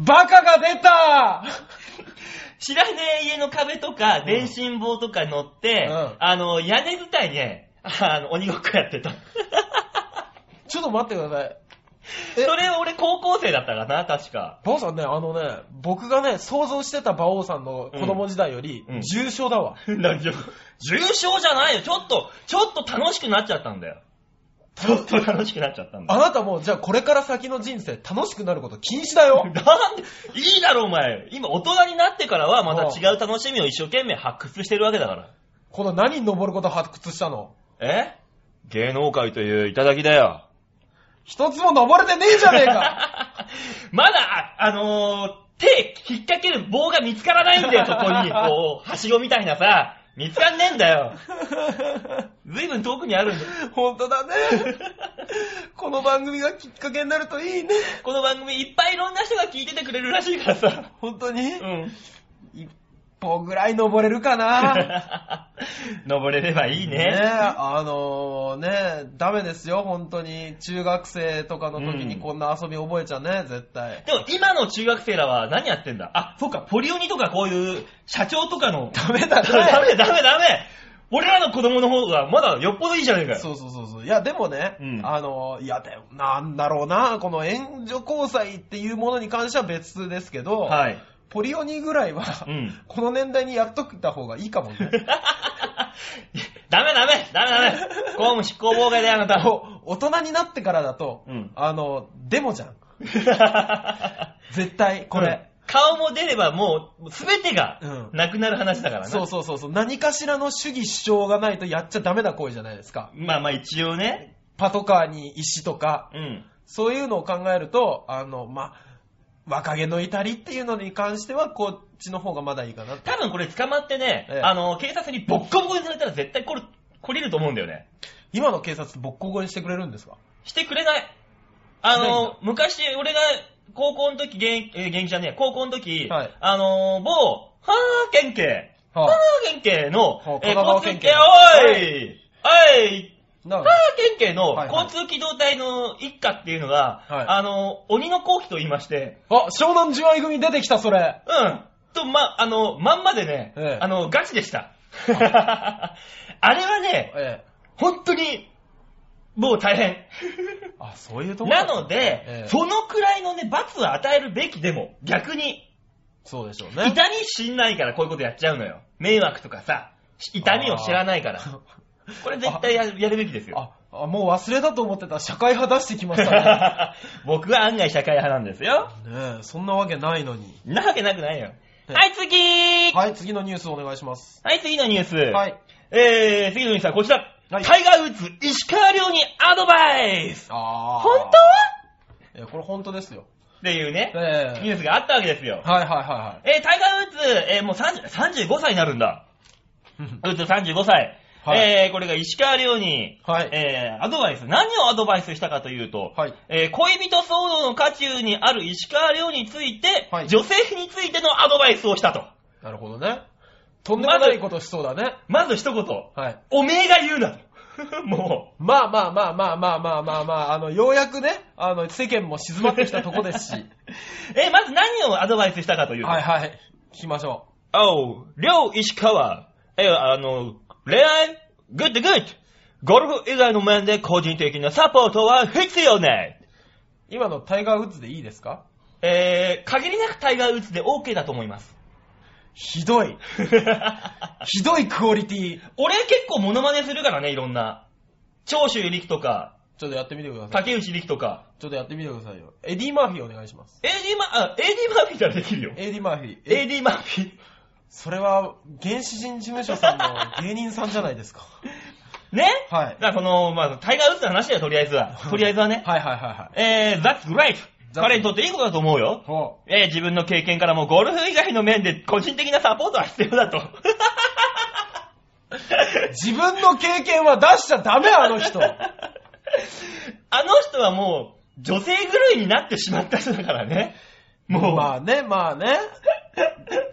Speaker 2: バカが出た
Speaker 1: 知らねえ家の壁とか、電信棒とか乗って、
Speaker 2: うん
Speaker 1: あの、屋根伝いね、あの、鬼ごっこやってた。
Speaker 2: ちょっと待ってください。
Speaker 1: それ俺高校生だったかな、確 か。
Speaker 2: 馬王さんね、あのね、僕がね、想像してた馬王さんの子供時代より
Speaker 1: うんうん、
Speaker 2: 重症だわ。
Speaker 1: 何重症じゃないよ。ちょっと、ちょっと楽しくなっちゃったんだよ。ちょっと楽しくなっちゃったんだ
Speaker 2: あ
Speaker 1: よ。
Speaker 2: なたもう、じゃあこれから先の人生楽しくなること禁止だよ
Speaker 1: なん。で、いいだろお前。今大人になってからはまた違う楽しみを一生懸命発掘してるわけだから。
Speaker 2: この何に登ること発掘したの
Speaker 1: え芸能界という頂きだよ。
Speaker 2: 一つも登れてねえじゃねえか
Speaker 1: まだ、ああ のー手引っ掛ける棒が見つからないんだよ、そこに。こう、はしごみたいなさ、見つかんねえんだよ。 ずいぶん遠くにあるんだよ。
Speaker 2: 本当だね。この番組がきっかけになるといいね。
Speaker 1: この番組いっぱいいろんな人が聞いててくれるらしいからさ。
Speaker 2: 本当に
Speaker 1: うん。
Speaker 2: 一歩ぐらい登れる かな。
Speaker 1: 登れればいいね。
Speaker 2: ねあのねダメですよ、本当に。中学生とかの時
Speaker 1: う
Speaker 2: に
Speaker 1: ん
Speaker 2: こんな遊び覚えちゃね、絶対。
Speaker 1: でも今の中学生らは何やってんだあ、そっか、ポリオニとかこういう社長とかの。
Speaker 2: ダメだ
Speaker 1: ダ
Speaker 2: ね。
Speaker 1: メダメダメ俺らの子供の方がまだよっぽどいいじゃねえかよ。
Speaker 2: そうそうそうそう。いや、でもね、
Speaker 1: うん
Speaker 2: あのいや、でも、なんだろうな、この援助交際っていうものに関しては別ですけど、
Speaker 1: はい。
Speaker 2: ポリオニぐらいは、
Speaker 1: うん
Speaker 2: この年代にやっといた方がいいかもね。
Speaker 1: ダメダメダメダメ公務執行妨害だよ、あなた。
Speaker 2: こう大人になってからだと、
Speaker 1: うん
Speaker 2: あの、デモじゃん。絶対、 これ。
Speaker 1: 顔も出ればもう全てが
Speaker 2: うん
Speaker 1: なくなる話だからね。
Speaker 2: そうそうそうそう。何かしらの主義主張がないとやっちゃダメな行為じゃないですか。
Speaker 1: まあまあ一応ね。
Speaker 2: パトカーに石とか、
Speaker 1: うん。
Speaker 2: そういうのを考えると、あの、まあ、若気の至りっていうのに関しては、こっちの方がまだいいかな。
Speaker 1: 多分これ捕まってね、
Speaker 2: ええ
Speaker 1: あの、警察にボッコボコにされたら絶対これ、こりると思うんだよね。
Speaker 2: 今の警察ってボッコボコにしてくれるんですか
Speaker 1: してくれない。あ
Speaker 2: しないん
Speaker 1: の、昔、俺が高校の時、現役、えー現役じゃねえ、高校の時、
Speaker 2: はい
Speaker 1: あの、某、はぁ県警、は
Speaker 2: は
Speaker 1: ぁ県警の
Speaker 2: は
Speaker 1: え
Speaker 2: あ、
Speaker 1: ー
Speaker 2: 神奈川
Speaker 1: 交通
Speaker 2: 県
Speaker 1: 系、
Speaker 2: 警
Speaker 1: おい、おい、
Speaker 2: あ、な
Speaker 1: は
Speaker 2: る
Speaker 1: ぁ県警の
Speaker 2: はいはい
Speaker 1: 交通機動隊の一家っていうのが、
Speaker 2: はい
Speaker 1: あの、鬼の後期と言いまして、
Speaker 2: ほどあ、湘南純愛組出てきた、それ。
Speaker 1: うん。と、ま、あの、まんまでね、
Speaker 2: ええ
Speaker 1: あの、ガチでした。 あれはね、
Speaker 2: え
Speaker 1: 本当に、もう大変。
Speaker 2: え。あ、そういうところ
Speaker 1: な
Speaker 2: だった
Speaker 1: の
Speaker 2: ん
Speaker 1: で、
Speaker 2: だええ
Speaker 1: そのくらいのね、罰は与えるべきでも、逆に、
Speaker 2: そうでしょう
Speaker 1: 痛み
Speaker 2: ね。
Speaker 1: 知んないからこういうことやっちゃうのよ。迷惑とかさ、し痛みを知らないから。これ絶対やるやるべきですよ。
Speaker 2: ああ、もう忘れたと思ってた。社会派出してきましたね。
Speaker 1: 僕は案外社会派なんですよ。
Speaker 2: ねえ、そんなわけないのに。
Speaker 1: なわけなくないよ。
Speaker 2: え
Speaker 1: はい、次は
Speaker 2: はい、次のニュースお願いします。
Speaker 1: い、次のニュース。
Speaker 2: はい。
Speaker 1: えー、次のニュースはこちら。
Speaker 2: はい
Speaker 1: タイガー・ウッズ、石川遼にアドバイス
Speaker 2: あー
Speaker 1: 本当
Speaker 2: いや、これ本当ですよ。
Speaker 1: っていうね、
Speaker 2: え
Speaker 1: ニ
Speaker 2: え
Speaker 1: ュースがあったわけですよ。
Speaker 2: はいはいは
Speaker 1: えー、タイガー・ウッズ、えー、もう30 35歳になるんだ。
Speaker 2: いは
Speaker 1: う
Speaker 2: い。
Speaker 1: つ35歳。
Speaker 2: はい
Speaker 1: えー、これが石川遼に、
Speaker 2: はい
Speaker 1: えー、アドバイス。何をアドバイスしたかというと、
Speaker 2: はい
Speaker 1: えー、恋人騒動の渦中にある石川遼について、
Speaker 2: はい
Speaker 1: 女性についてのアドバイスをしたと。
Speaker 2: なるほどね。とんでもないことしそうだね。
Speaker 1: まず一言、
Speaker 2: はい。
Speaker 1: おめえが言うなと。 も。
Speaker 2: まあまあまあまあまあまあまあまあ、あの、ようやくね、あの、世間も静まってきたとこですし。はいう
Speaker 1: えー、まず何をアドバイスしたかというと、
Speaker 2: はい。聞きましょ
Speaker 1: おう、両石川。え、あの、恋愛グッドグッドゴルフ以外の面で個人的なサポートは必要ない。
Speaker 2: う。今のタイガー・ウッズでいいですか
Speaker 1: えー、限りなくタイガー・ウッズで OK だと思い ます。
Speaker 2: ひどい。ひどいクオリティ。
Speaker 1: 俺結構モノマネするからね、いろんな。長州力とか、
Speaker 2: ちょっとやってみてください。
Speaker 1: 竹内力とか。
Speaker 2: ちょっとやってみてくださいよ。エディ・マーフィーお願いします。
Speaker 1: AD マ、あ、AD マーフィーならできるよ。
Speaker 2: エディ・マーフィー。え
Speaker 1: AD マーフィー。
Speaker 2: それは、原始人事務所さんの芸人さんじゃないですか。
Speaker 1: ね
Speaker 2: はい
Speaker 1: だからその、まあ、タイガー・ウッズの話だよ、とりあえずは。 とりあえずはね。
Speaker 2: はいはいはいはい。
Speaker 1: えー、that's great! 彼にとっていいことだと思うよ。
Speaker 2: ほ
Speaker 1: えー自分の経験からもゴルフ以外の面で個人的なサポートは必要だと。
Speaker 2: う自分の経験は出しちゃダメ、あの人。
Speaker 1: あの人はもう女性狂いになってしまった人だからね。 もう。
Speaker 2: まあね、まあね。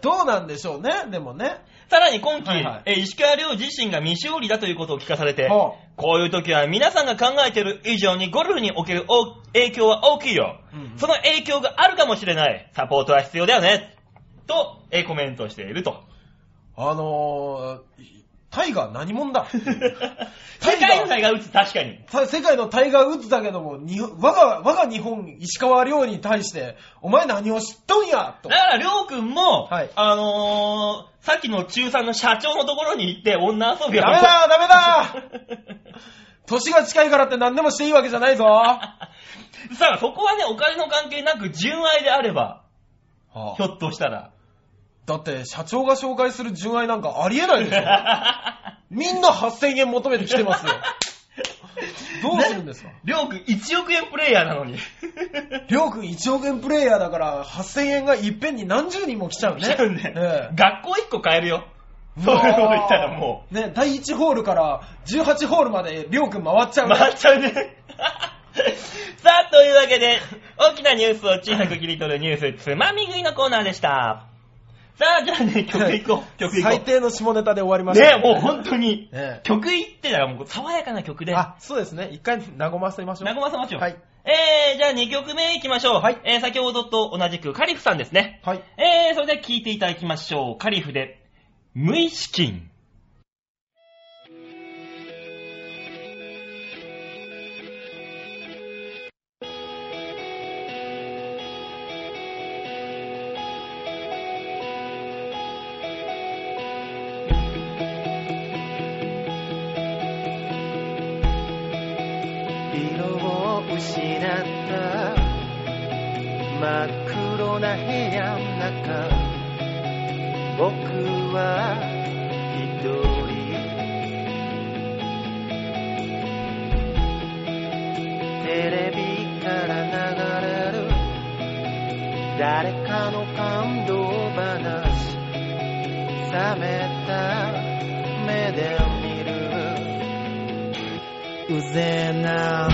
Speaker 2: どうなんでしょうね、でもね。
Speaker 1: さらに今期、
Speaker 2: はいはい
Speaker 1: えー石川遼自身が未勝利だということを聞かされて、
Speaker 2: ほ
Speaker 1: こういう時は皆さんが考えている以上にゴルフにおける大影響は大きいよ、
Speaker 2: うんうん
Speaker 1: その影響があるかもしれない。サポートは必要だよね。と、えーコメントしている と。
Speaker 2: あのー、タイガー何者だ
Speaker 1: 世界の才が打つ、確かに。
Speaker 2: さ世界のタイガー・ウッズだけども、に我が、我が日本、石川遼に対して、お前何を知っとんや と
Speaker 1: だ。から、りょうくんも、
Speaker 2: はい
Speaker 1: あのー、さっきの中3の社長のところに行って女遊びを。
Speaker 2: ダメだ、ダメだ年が近いからって何でもしていいわけじゃ ないぞ。は
Speaker 1: さあ、そこはね、お金の関係なく純愛であれば、
Speaker 2: あ
Speaker 1: ひょっとした ら。
Speaker 2: だって、社長が紹介する純愛なんかありえないでしょ。 みんな8000円求めてきてますよ。どうするんですか
Speaker 1: りょうくん1億円プレイヤーな のに。
Speaker 2: りょうくん1億円プレイヤーだから、8000円がいっぺんに何十人も来ちゃうね。
Speaker 1: 来ちゃうんで
Speaker 2: ええ
Speaker 1: 学校1個買えるよ。 そういうこと言ったらも
Speaker 2: う。ね、第1ホールから18ホールまでりょうくん回っちゃ
Speaker 1: う、
Speaker 2: う ね。
Speaker 1: 回っちゃうね。 さあ、というわけで、大きなニュースを小さく切り取るニュース、つまみ食いのコーナーでした。さあ、じゃあね、曲いこう。曲いこう。
Speaker 2: 最低の下ネタで終わりました
Speaker 1: ね、もう本当に
Speaker 2: ね、
Speaker 1: 曲いってたらもう爽やかな曲で、
Speaker 2: あ、そうですね。一回和ませましょう。
Speaker 1: 和ませましょう。
Speaker 2: はい。
Speaker 1: えー、じゃあ2曲目いきましょう。
Speaker 2: はい
Speaker 1: えー、先ほどと同じくカリフさんですね。
Speaker 2: はい。
Speaker 1: えー、それでは聴いていただきましょう。カリフで、無意識ん。
Speaker 3: 色を失った真っ黒な部屋の中僕は一人テレビから流れる誰かの感動話冷めた目で見るうぜえな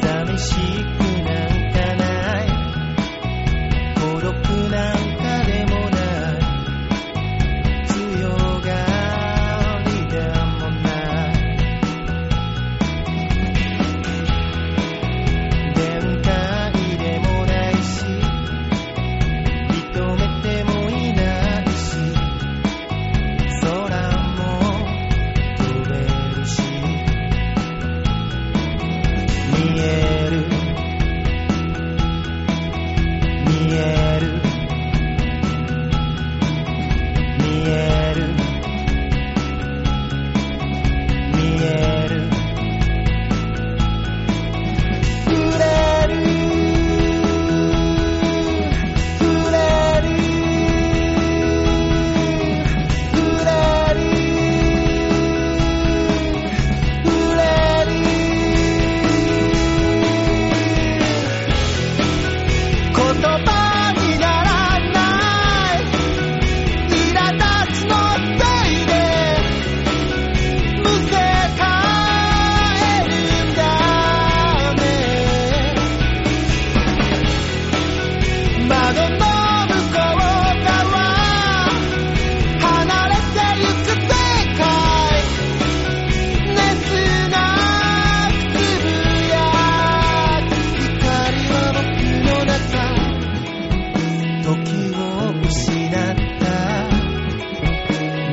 Speaker 3: 寂しくなんかない孤独なんかでもない強がりでもない弁解でもないし認めてもいないし空も飛べるし見える見える見える見える見える触れる触れる触れる触れる言葉にならない苛立ちのせいでむせ返るんだね窓の向こう側離れてゆく世界熱なくつぶやく光は僕の中時を失った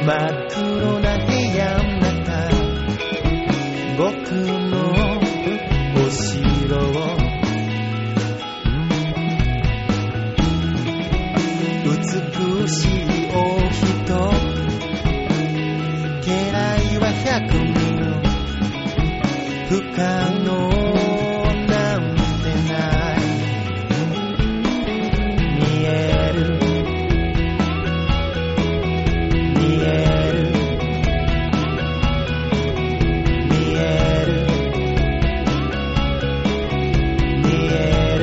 Speaker 3: 真っ黒な部屋の中僕のお城を美しいお人家来は百人不可能なんてない見える見える見える見える見える見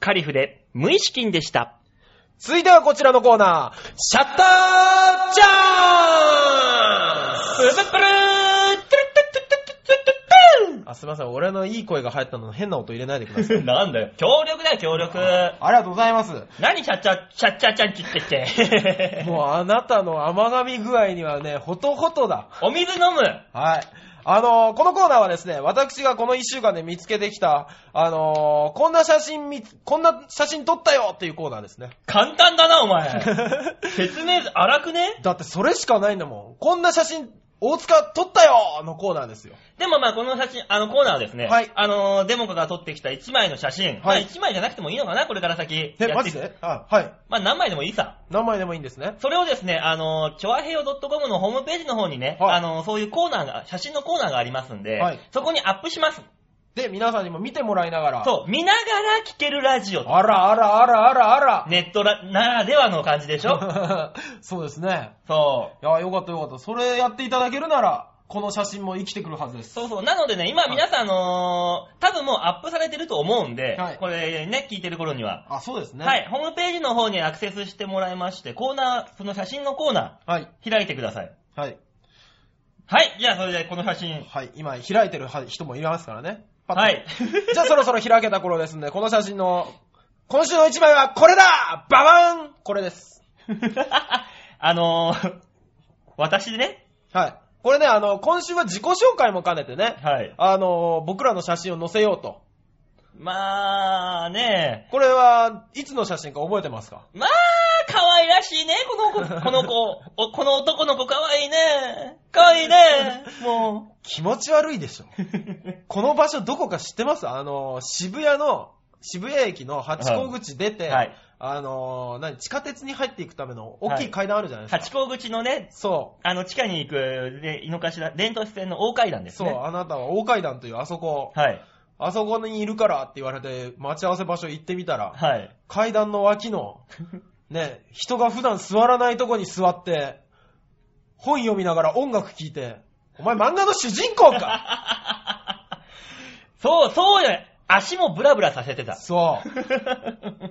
Speaker 1: カリフで無意識にでした。
Speaker 2: 続いてはこちらのコーナー、シャッターチャンスあ、すいません。俺のいい声が入ったの変な音入れないでくださ い。
Speaker 1: なんだよ。協力だよ、協力。
Speaker 2: ありがとうございます。
Speaker 1: 何、シャッチャ、シャッチャチャンチって って。
Speaker 2: もうあなたの甘噛み具合にはね、ほとほとだ。
Speaker 1: お水飲む。
Speaker 2: はい。あのーこのコーナーはですね、私がこの一週間で見つけてきた、あのーこんな写真見つ、こんな写真撮ったよっていうコーナー ですね。
Speaker 1: 簡単だな、お 前。説明荒くね
Speaker 2: だってそれしかないんだもん。こんな写真、大塚撮ったよのコーナーですよ。
Speaker 1: でもまあこの写真、あのコーナーはですね、
Speaker 2: はい
Speaker 1: あのーデモカが撮ってきた1枚の写真、まあ
Speaker 2: はい
Speaker 1: 1枚じゃなくてもいいのかな、これから先。や
Speaker 2: え、
Speaker 1: っ
Speaker 2: マ
Speaker 1: てい
Speaker 2: ジ
Speaker 1: く
Speaker 2: であはい。
Speaker 1: まあ何枚でもいいさ。
Speaker 2: 何枚でもいいんですね。
Speaker 1: それをですね、あのー、チョアヘヨ .com のホームページの方にね、
Speaker 2: はい
Speaker 1: あのー、そういうコーナーが、写真のコーナーがありますんで、
Speaker 2: はい
Speaker 1: そこにアップします。
Speaker 2: で、皆さんにも見てもらいながら。う。
Speaker 1: そう、見ながら聴けるラジオ。
Speaker 2: あらあらあらあらあら。
Speaker 1: ネットラならではの感じでし ょ
Speaker 2: そうですね。
Speaker 1: そう。
Speaker 2: いや、よかったよかった。それやっていただけるなら、この写真も生きてくるはずです。
Speaker 1: そうそう。なのでね、今皆さん、あのー多分もうアップされてると思うんで、
Speaker 2: はい
Speaker 1: これね、聞いてる頃には。
Speaker 2: あ、そうですね。
Speaker 1: は。い、ホームページの方にアクセスしてもらいまして、コーナー、その写真のコーナ
Speaker 2: はい。
Speaker 1: ー、開いてください。
Speaker 2: はい。
Speaker 1: はい、じゃあそれでこの写真。
Speaker 2: はい。今、開いてるは人もいますからね。パッと
Speaker 1: はい。
Speaker 2: じゃあそろそろ開けた頃ですんで、この写真の、今週の一枚はこれだババーンこれです。
Speaker 1: あのー、私ね、
Speaker 2: はい。これね、あの、今週は自己紹介も兼ねてね、
Speaker 1: はい。
Speaker 2: あの、僕らの写真を載せようと。
Speaker 1: まあね、
Speaker 2: これは、いつの写真か覚えてますか
Speaker 1: まあ、可愛らしいね、この子、この子、おこの男の子可愛いね、可愛いね、も
Speaker 2: 気持ち悪いでしょ。
Speaker 1: う。
Speaker 2: この場所どこか知ってますあの、渋谷の、渋谷駅の八甲口出て、
Speaker 1: はい。
Speaker 2: あの、何、地下鉄に入っていくための大きい階段あるじゃないですか。
Speaker 1: 八甲口のね、
Speaker 2: そ
Speaker 1: あの、地下に行く、で、井の頭、伝統線の大階段で
Speaker 2: う、
Speaker 1: す
Speaker 2: そう、
Speaker 1: ね。
Speaker 2: あなたは大階段というあそこ、
Speaker 1: はい。
Speaker 2: あそこにいるからって言われて、待ち合わせ場所行ってみたら、
Speaker 1: はい。
Speaker 2: 階段の脇の、ね、人が普段座らないとこに座って、本読みながら音楽聴いて、お前漫画の主人 公か
Speaker 1: そう、そうや。足もブラブラさせ てた。
Speaker 2: そ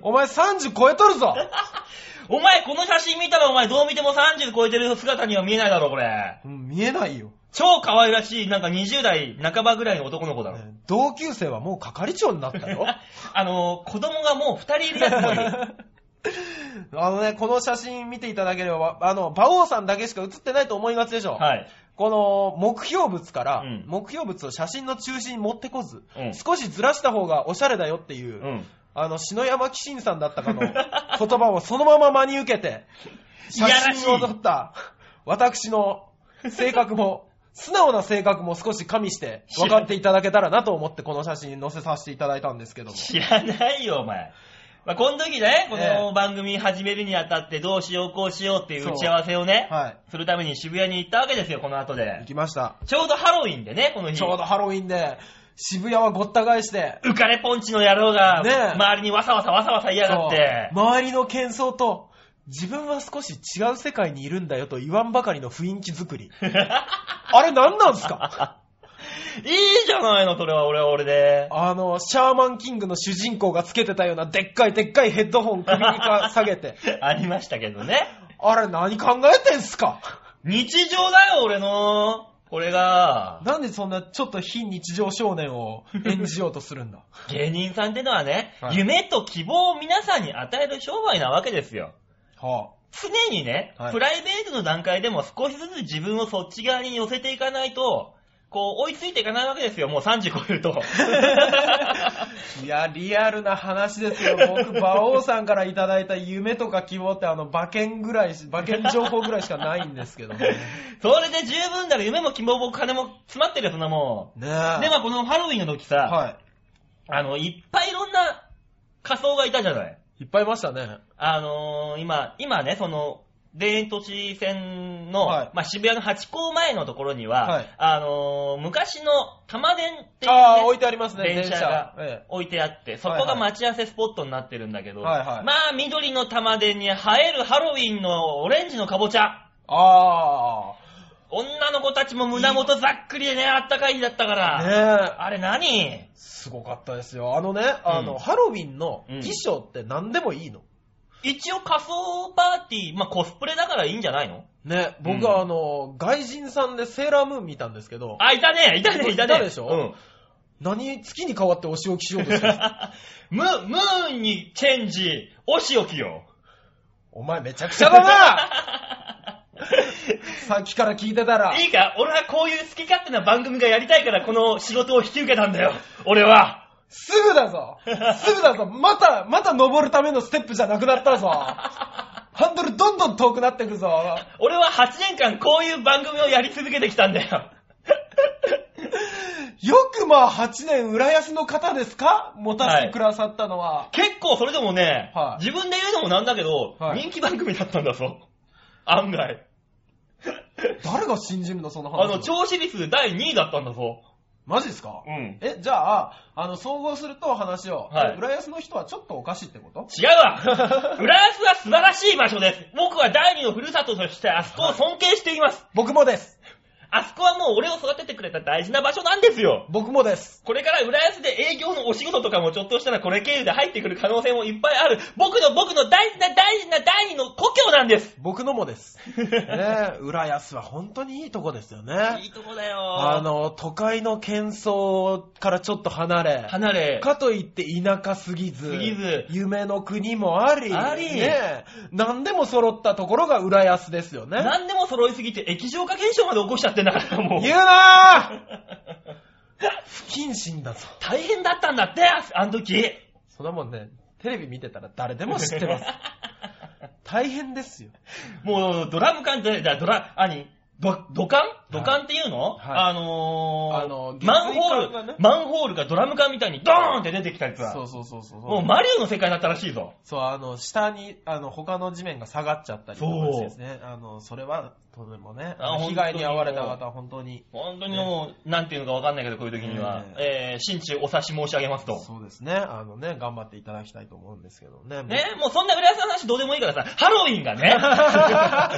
Speaker 2: う。お前30超えとるぞ
Speaker 1: お前、この写真見たらお前どう見ても30超えてる姿には見えないだろ、これ。
Speaker 2: うん見えないよ、
Speaker 1: 超可愛らしい、なんか20代半ばぐらいの男の子だろ。
Speaker 2: ね同級生はもう係長になったよ。
Speaker 1: あのー、子供がもう2人いるやつもいる。
Speaker 2: あのね、この写真見ていただければ、あの、馬王さんだけしか写ってないと思いがちでしょ。
Speaker 1: はい。
Speaker 2: この目標物から、
Speaker 1: うん
Speaker 2: 目標物を写真の中心に持ってこず、
Speaker 1: うん
Speaker 2: 少しずらした方がおしゃれだよっていうう、
Speaker 1: ん。
Speaker 2: あの、篠山紀信さんだったかの言葉をそのまま真に受けて、
Speaker 1: い
Speaker 2: 写
Speaker 1: やらしい
Speaker 2: 真を撮った私の性格も、素直な性格も少し加味して分かっていただけたらなと思ってこの写真に載せさせていただいたんですけども。
Speaker 1: 知らないよ、お前。まあ、この時ね、こ
Speaker 2: え
Speaker 1: の番組始めるにあたってどうしようこうしようっていう
Speaker 2: そう
Speaker 1: 打ち合わせをね、
Speaker 2: はい。
Speaker 1: するために渋谷に行ったわけですよ、この後
Speaker 2: 行
Speaker 1: で。
Speaker 2: きました。
Speaker 1: ちょうどハロウィンでね、この日。
Speaker 2: ちょうどハロウィンで渋谷はごった返して、
Speaker 1: 浮かれポンチの野郎が、
Speaker 2: ねえ
Speaker 1: 周りにわさわさわさわさ言いやがって
Speaker 2: そう。周りの喧騒と、自分は少し違う世界にいるんだよと言わんばかりの雰囲気作り。あれ何なんすか
Speaker 1: いいじゃないの、それは俺は俺で。
Speaker 2: あの、シャーマンキングの主人公がつけてたようなでっかいでっかいヘッドホン首にか下げ て。
Speaker 1: ありましたけどね。
Speaker 2: あれ何考えてんすか
Speaker 1: 日常だよ、俺の。これが、
Speaker 2: なんでそんなちょっと非日常少年を演じようとするんだ
Speaker 1: 芸人さんってのはね、
Speaker 2: はい
Speaker 1: 夢と希望を皆さんに与える商売なわけですよ。
Speaker 2: は
Speaker 1: 常にね、
Speaker 2: はい
Speaker 1: プライベートの段階でも少しずつ自分をそっち側に寄せていかないと、こう、追いついていかないわけですよ、もう30超える と。
Speaker 2: あ、いや、リアルな話で すよ。僕、馬王さんからいただいた夢とか希望ってあの、馬券ぐらいし、 馬券情報ぐらいしかないんです けどもね。
Speaker 1: それで十分だろ、夢も希望も金も詰まってるよ、そんなもん。
Speaker 2: ねえ。
Speaker 1: で、まあこのハロウィンの時さ、
Speaker 2: は
Speaker 1: あの、いっぱいいろんな仮想がいたじゃない。
Speaker 2: い。いっぱいいましたね。
Speaker 1: あのー今、今ね、その、田園都市線の、
Speaker 2: はい
Speaker 1: まあ、渋谷の八甲前のところには、
Speaker 2: はい
Speaker 1: あのー昔の玉電っていう、ね、
Speaker 2: ああ、置いてありますね、電
Speaker 1: 電
Speaker 2: 車
Speaker 1: 車が
Speaker 2: え
Speaker 1: 置いてあって、そこが待ち合わせスポットになってるんだけど、
Speaker 2: はいはい
Speaker 1: まあ、緑の玉電に映えるハロウィンのオレンジのかぼちゃ。
Speaker 2: えあ
Speaker 1: 女の子たちも胸元ざっくりでね、あったかい日だったから。
Speaker 2: ねえ。
Speaker 1: あれ何
Speaker 2: すごかったですよ。あのね、あの、
Speaker 1: うん
Speaker 2: ハロウィンの
Speaker 1: うん
Speaker 2: 衣装って何でもいいの。
Speaker 1: 一応仮装パーティー、まあ、コスプレだからいいんじゃないの
Speaker 2: ね、僕
Speaker 1: うん
Speaker 2: はあの、外人さんでセーラームーン見たんですけど、
Speaker 1: あ、いたねいたねいたね
Speaker 2: いたでしょ 何、月に変わってお仕置きしようとしてる
Speaker 1: うん。ム、ムーンにチェンジ、おしおきよ。
Speaker 2: お前めちゃくちゃだな さっきから聞いてた ら。
Speaker 1: いいか俺はこういう好き勝手な番組がやりたいから、この仕事を引き受けたんだよ。俺は。
Speaker 2: すぐ だぞすぐだぞまた、また登るためのステップじゃなくな ったぞハンドルどんどん遠くなってくぞ
Speaker 1: 俺は8年間こういう番組をやり続けてきたんだよ。
Speaker 2: よくまあ8年浦安の方ですか持たせてくださったのは。
Speaker 1: 結構それでもね、
Speaker 2: はい
Speaker 1: 自分で言うのもなんだけど、
Speaker 2: はい
Speaker 1: 人気番組だったんだぞ。案外。
Speaker 2: 誰が信じるのその話。
Speaker 1: あの、調子率第2位だったんだぞ。
Speaker 2: マジですか
Speaker 1: うん。
Speaker 2: え、じゃあ、あの、総合すると話を、
Speaker 1: はい
Speaker 2: 浦安の人はちょっとおかしいってこと
Speaker 1: 違うわ 浦安は素晴らしい場所です僕は第二のふるさととしてあそこを尊敬しています、
Speaker 2: 僕もです。
Speaker 1: あそこはもう俺を育ててくれた大事な場所なんですよ
Speaker 2: 僕もです。
Speaker 1: これから浦安で営業のお仕事とかもちょっとしたらこれ経由で入ってくる可能性もいっぱいある僕の僕の大事な大事な第二の故郷なんです
Speaker 2: 僕のも です。ねえ、浦安は本当にいいとこですよね。
Speaker 1: いいとこだよ
Speaker 2: あの、都会の喧騒からちょっと離れ、
Speaker 1: 離れ
Speaker 2: かといって田舎すぎず、
Speaker 1: すぎず
Speaker 2: 夢の国もあり、
Speaker 1: あり
Speaker 2: ねえ、何でも揃ったところが浦安ですよね。
Speaker 1: 何でも揃いすぎて液状化現象まで起こしちゃってんだからもう
Speaker 2: 言うなぁ不謹慎だぞ。
Speaker 1: 大変だったんだってあの時
Speaker 2: そんなもんね、テレビ見てたら誰でも知って ます。 大変ですよ。
Speaker 1: もう、ドラム缶って、だドラ、あに、ど、土管土管っていうの、
Speaker 2: はい
Speaker 1: あのー、
Speaker 2: あのー
Speaker 1: マンホ
Speaker 2: 下水管
Speaker 1: ー
Speaker 2: がね
Speaker 1: ル、マンホールがドラム缶みたいにドーンって出てきたやつは
Speaker 2: そうそうそうそう。
Speaker 1: もうマリオの世界だったらしいぞ。
Speaker 2: そう、あの、下に、あの、他の地面が下がっちゃったりとかしてですね。あの、それは、とてもね、
Speaker 1: あ本
Speaker 2: あの
Speaker 1: 当に
Speaker 2: 被害に遭われた方は本当に。
Speaker 1: 本当にもう、なんていうのかわかんないけど、こういう時には、
Speaker 2: ね
Speaker 1: えー、心中お察し申し上げますと。
Speaker 2: そうですね。あのね、頑張っていただきたいと思うんですけどね。
Speaker 1: ね、もうそんな浦安の話どうでもいいからさ、ハロウィンがね、
Speaker 2: は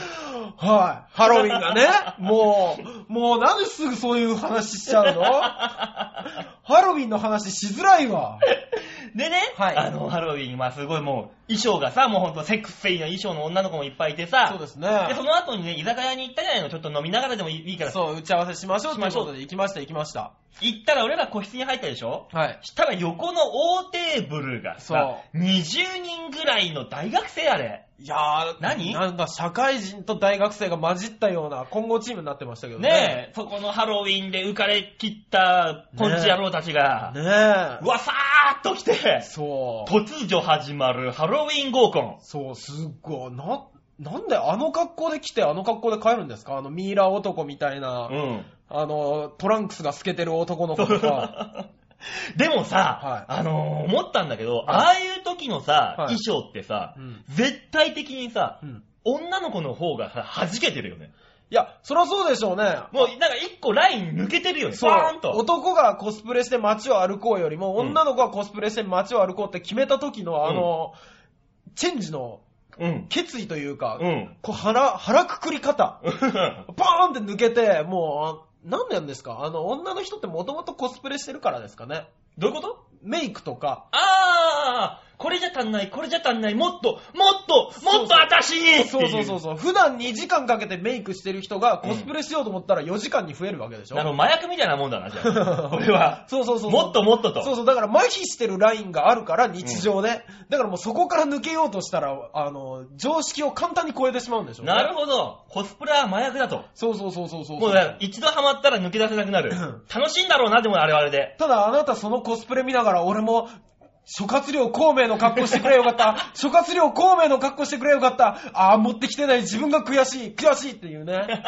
Speaker 2: い。ハロウィンがね、もう、もうなんですぐそういう話しちゃ うのハロウィンの話しづらいわ。
Speaker 1: でね、
Speaker 2: はい
Speaker 1: あの、ハロウィンはすごいもう、衣装がさ、もうほんとセクシーな衣装の女の子もいっぱいいてさ、
Speaker 2: そうですね。
Speaker 1: でその後にね、居酒屋に行ったじゃないの、ちょっと飲みながらでもいいいいからさ
Speaker 2: そう、打ち合わせしましょう
Speaker 1: し
Speaker 2: とい
Speaker 1: ま
Speaker 2: う
Speaker 1: しょ
Speaker 2: こ
Speaker 1: う
Speaker 2: とで行きました、行きました。
Speaker 1: 行ったら俺ら個室に入ったでしょ
Speaker 2: はい。
Speaker 1: したら横の大テーブルがさ、20人ぐらいの大学生あれ。
Speaker 2: いやー、
Speaker 1: 何
Speaker 2: なんか社会人と大学生が混じったような混合チームになってましたけどね。
Speaker 1: ねえ、そこのハロウィンで浮かれ切ったポンチ野郎たちが、
Speaker 2: ねえ。
Speaker 1: うわさーっと来て、
Speaker 2: そう。
Speaker 1: 突如始まるハロウィン合コン。
Speaker 2: そう、すっごい。な、なんであの格好で来てあの格好で帰るんですかあのミイラ男みたいな、
Speaker 1: うん。
Speaker 2: あの、トランクスが透けてる男の子とか。
Speaker 1: でもさ、あのー思ったんだけど、ああいう時のさ、
Speaker 2: はい
Speaker 1: 衣装ってさ、
Speaker 2: うん
Speaker 1: 絶対的にさ、
Speaker 2: うん
Speaker 1: 女の子の方がさ、弾けてるよね。
Speaker 2: いや、そりゃそうでしょうね。
Speaker 1: もう、なんか一個ライン抜けてるよね。
Speaker 2: そう
Speaker 1: バーンと。
Speaker 2: 男がコスプレして街を歩こうよりも、
Speaker 1: うん
Speaker 2: 女の子がコスプレして街を歩こうって決めた時の、あの、チェンジの
Speaker 1: うん。
Speaker 2: 決意というか、
Speaker 1: うん。
Speaker 2: こう腹、腹くくり方。バーンって抜けて、もう、あ何なんですかあの、女の人ってもともとコスプレしてるからですかね。
Speaker 1: どういうこと
Speaker 2: メイクとか。
Speaker 1: あー、これじゃ足んない、これじゃ足んない、もっと、もっと、もっと私に
Speaker 2: そうそうそ
Speaker 1: そ
Speaker 2: うそう。普段2時間かけてメイクしてる人がコスプレしようと思ったら4時間に増えるわけでしょ。
Speaker 1: あの、麻薬みたいなもんだな、じゃあ。これは。
Speaker 2: そうそうそうそう。
Speaker 1: もっともっとと。
Speaker 2: そうそう、だから麻痺してるラインがあるから、日常で、だからもうそこから抜けようとしたら、あの、常識を簡単に超えてしまうんでしょうね、
Speaker 1: なるほど。コスプレは麻薬だと。
Speaker 2: そうそうそうそうそう。
Speaker 1: もうね、一度ハマったら抜け出せなくなる
Speaker 2: ん。
Speaker 1: 楽しいんだろうな、でもあれはあれで。
Speaker 2: ただあなたそのコスプレ見ながら、俺も、諸葛亮孔明の格好してくれよかった。諸葛亮孔明の格好してくれよかった。ああ、持ってきてない自分が悔しい、悔しいっていうね。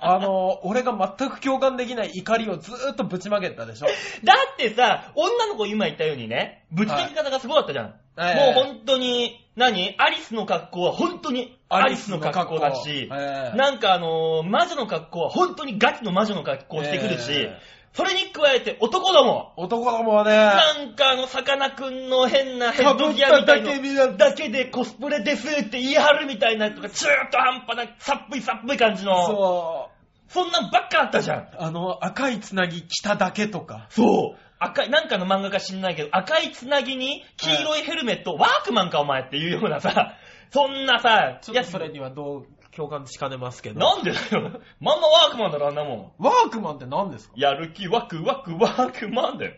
Speaker 2: あの、俺が全く共感できない怒りをずーっとぶちまけたでしょ。
Speaker 1: だってさ、女の子今言ったようにね、ぶち抜き方がすごかったじゃん。
Speaker 2: はい
Speaker 1: もう本当に、何アリスの格好は本当にアリスの格好だし、
Speaker 2: ええ
Speaker 1: なんかあのー魔女の格好は本当にガチの魔女の格好してくるし、
Speaker 2: ええ
Speaker 1: それに加えて男ども、
Speaker 2: 男どもはね、
Speaker 1: なんかあの、さかなクンの変なヘッ
Speaker 2: かぶ
Speaker 1: ド
Speaker 2: っ
Speaker 1: ギア
Speaker 2: た
Speaker 1: みた
Speaker 2: だ
Speaker 1: いな
Speaker 2: け見な
Speaker 1: だけでコスプレですって言い張るみたいなとか、中途半端な、さっぷいさっぷい感じの、
Speaker 2: そ
Speaker 1: そんなんばっかあったじゃん。
Speaker 2: あの、赤いつなぎ着ただけとか。
Speaker 1: そう。赤い、なんかの漫画か知んないけど、赤いつなぎに黄色いヘルメット、ワークマンかお前っていうようなさ、そんなさ、
Speaker 2: ちょっ
Speaker 1: や
Speaker 2: と
Speaker 1: つ
Speaker 2: それにはどう共感しかねますけど。
Speaker 1: なんでだよ。まんまワークマンだろ、あんなもん。
Speaker 2: ワークマンって何ですか
Speaker 1: やる気ワクワクワークマンだよ。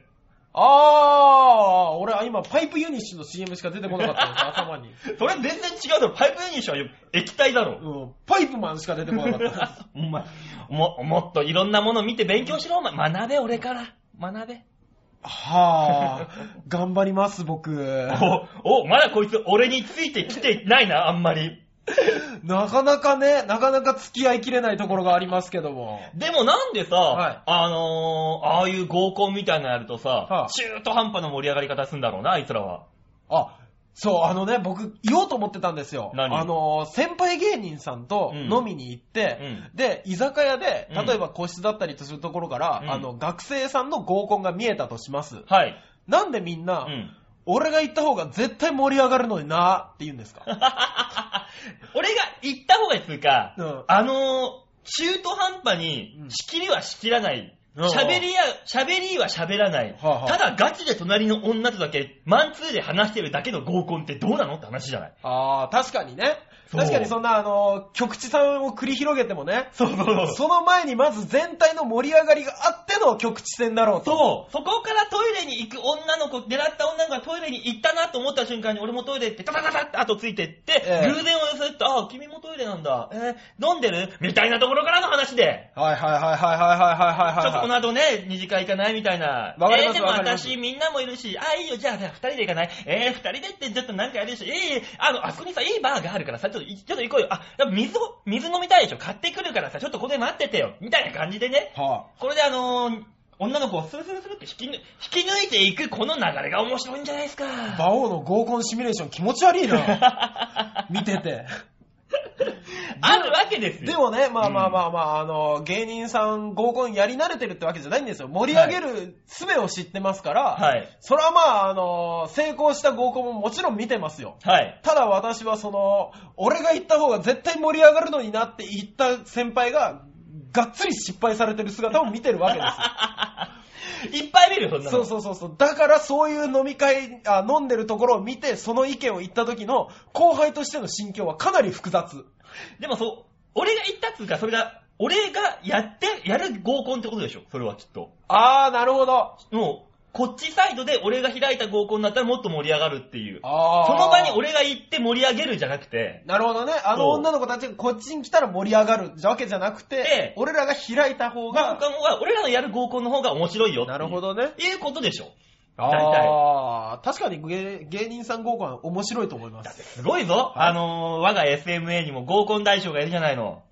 Speaker 2: あー、俺は今、パイプユニッシュの CM しか出てこなかったんですよ、頭に。
Speaker 1: それ全然違うだろ。パイプユニッシュは液体だろ。
Speaker 2: うん、パイプマンしか出てこなかった。
Speaker 1: お前、も、もっといろんなもの見て勉強しろ、お前。学べ、俺から。学べ。
Speaker 2: はぁ、頑張ります、僕。
Speaker 1: お、お、まだこいつ俺についてきてないな、あんまり。
Speaker 2: なかなかね、なかなか付き合いきれないところがありますけども。
Speaker 1: でもなんでさ、
Speaker 2: はい
Speaker 1: あのー、ああいう合コンみたいなのやるとさ、
Speaker 2: はあ
Speaker 1: 中途半端な盛り上がり方すんだろうな、あいつらは。
Speaker 2: あ、そう、あのね、僕、言おうと思ってたんですよ。
Speaker 1: 何
Speaker 2: あの、先輩芸人さんと
Speaker 1: うん
Speaker 2: 飲みに行って、
Speaker 1: う
Speaker 2: で、居酒屋で、
Speaker 1: うん
Speaker 2: 例えば個室だったりとするところから、
Speaker 1: うん
Speaker 2: あの、学生さんの合コンが見えたとします。
Speaker 1: はい。
Speaker 2: なんでみんな、
Speaker 1: うん。
Speaker 2: 俺が行った方が絶対盛り上がるのになって言うんですか
Speaker 1: 俺が行った方がいいっつうか、
Speaker 2: うん
Speaker 1: あのー、中途半端に
Speaker 2: う、ん
Speaker 1: 仕切りは仕切らない。
Speaker 2: うん
Speaker 1: 喋りや、喋りは喋らない。
Speaker 2: はあはあ
Speaker 1: ただガチで隣の女とだけ、マンツーで話してるだけの合コンってどうなのって話じゃない
Speaker 2: ああ、確かにね。
Speaker 1: そう
Speaker 2: 確かにそんな、あの、局地さんを繰り広げてもね、
Speaker 1: そうそうそう。
Speaker 2: その前にまず全体の盛り上がりがあっての局地戦だろう
Speaker 1: そ
Speaker 2: と。
Speaker 1: う、そこからトイレに行く女の子、狙った女の子がトイレに行ったなと思った瞬間に、俺もトイレ行って、タタタタって後ついてって、
Speaker 2: ええ
Speaker 1: 偶然を寄せって、ああ、君もトイレなんだ、えー飲んでるみたいなところからの話で、
Speaker 2: はいはいはいはいはいはいはいはいはい。
Speaker 1: ちょっとこの後ね、二次会行かないみたいな。
Speaker 2: わかり
Speaker 1: え
Speaker 2: ます
Speaker 1: ーでも
Speaker 2: わかります
Speaker 1: 私、みんなもいるし、ああ、いいよ、じゃあ、じゃあ二人で行かないえー、二人でってちょっとなんかやるし、いいいいあの、あそこにさ、いいバーがあるからさ、ちょっと、ちょっと行こうよ。あ、でも水を、水飲みたいでしょ買ってくるからさ、ちょっとここで待っててよ。みたいな感じでね。
Speaker 2: は
Speaker 1: これであのー女の子をスルスルスルって引きぬ引き抜いていくこの流れが面白いんじゃないですか。
Speaker 2: あ、 馬王の合コンシミュレーション気持ち悪 いな。見てて。
Speaker 1: あるわけですよ。
Speaker 2: でもね、まあまあまあまあ、あの、芸人さん合コンやり慣れてるってわけじゃないんですよ。盛り上げる術を知ってますから、
Speaker 1: はい。
Speaker 2: それはまあ、あの、成功した合コンももちろん見てますよ。
Speaker 1: はい。
Speaker 2: ただ私はその、俺が行った方が絶対盛り上がるのになって言った先輩が、がっつり失敗されてる姿を見てるわけですよ。
Speaker 1: いっぱい見るよ、そんなの。
Speaker 2: そうそうそうそう。だからそういう飲み会あ、飲んでるところを見て、その意見を言った時の後輩としての心境はかなり複雑。
Speaker 1: でもそう、俺が言ったっつうか、それが、俺がやって、やる合コンってことでしょ、それはきっと。
Speaker 2: あー、なるほど。
Speaker 1: もう、こっちサイドで俺が開いた合コンだったらもっと盛り上がるっていう。
Speaker 2: あー。
Speaker 1: その場に。俺が行って盛り上げるじゃなくて、
Speaker 2: なるほどね。あの
Speaker 1: そう
Speaker 2: 女の子たちがこっちに来たら盛り上がるわけじゃなく
Speaker 1: ええ
Speaker 2: て、俺らが開いた方
Speaker 1: 合コン
Speaker 2: が。
Speaker 1: は、俺らのやる合コンの方が面白いよっていう。
Speaker 2: なるほ。どね。
Speaker 1: いうことでしょ。
Speaker 2: あー、確かに芸芸人さん合コンは面白いと思いま
Speaker 1: だって
Speaker 2: す。
Speaker 1: すごいぞ、
Speaker 2: はい
Speaker 1: あのー我が SMA にも合コン大将がいるじゃないの。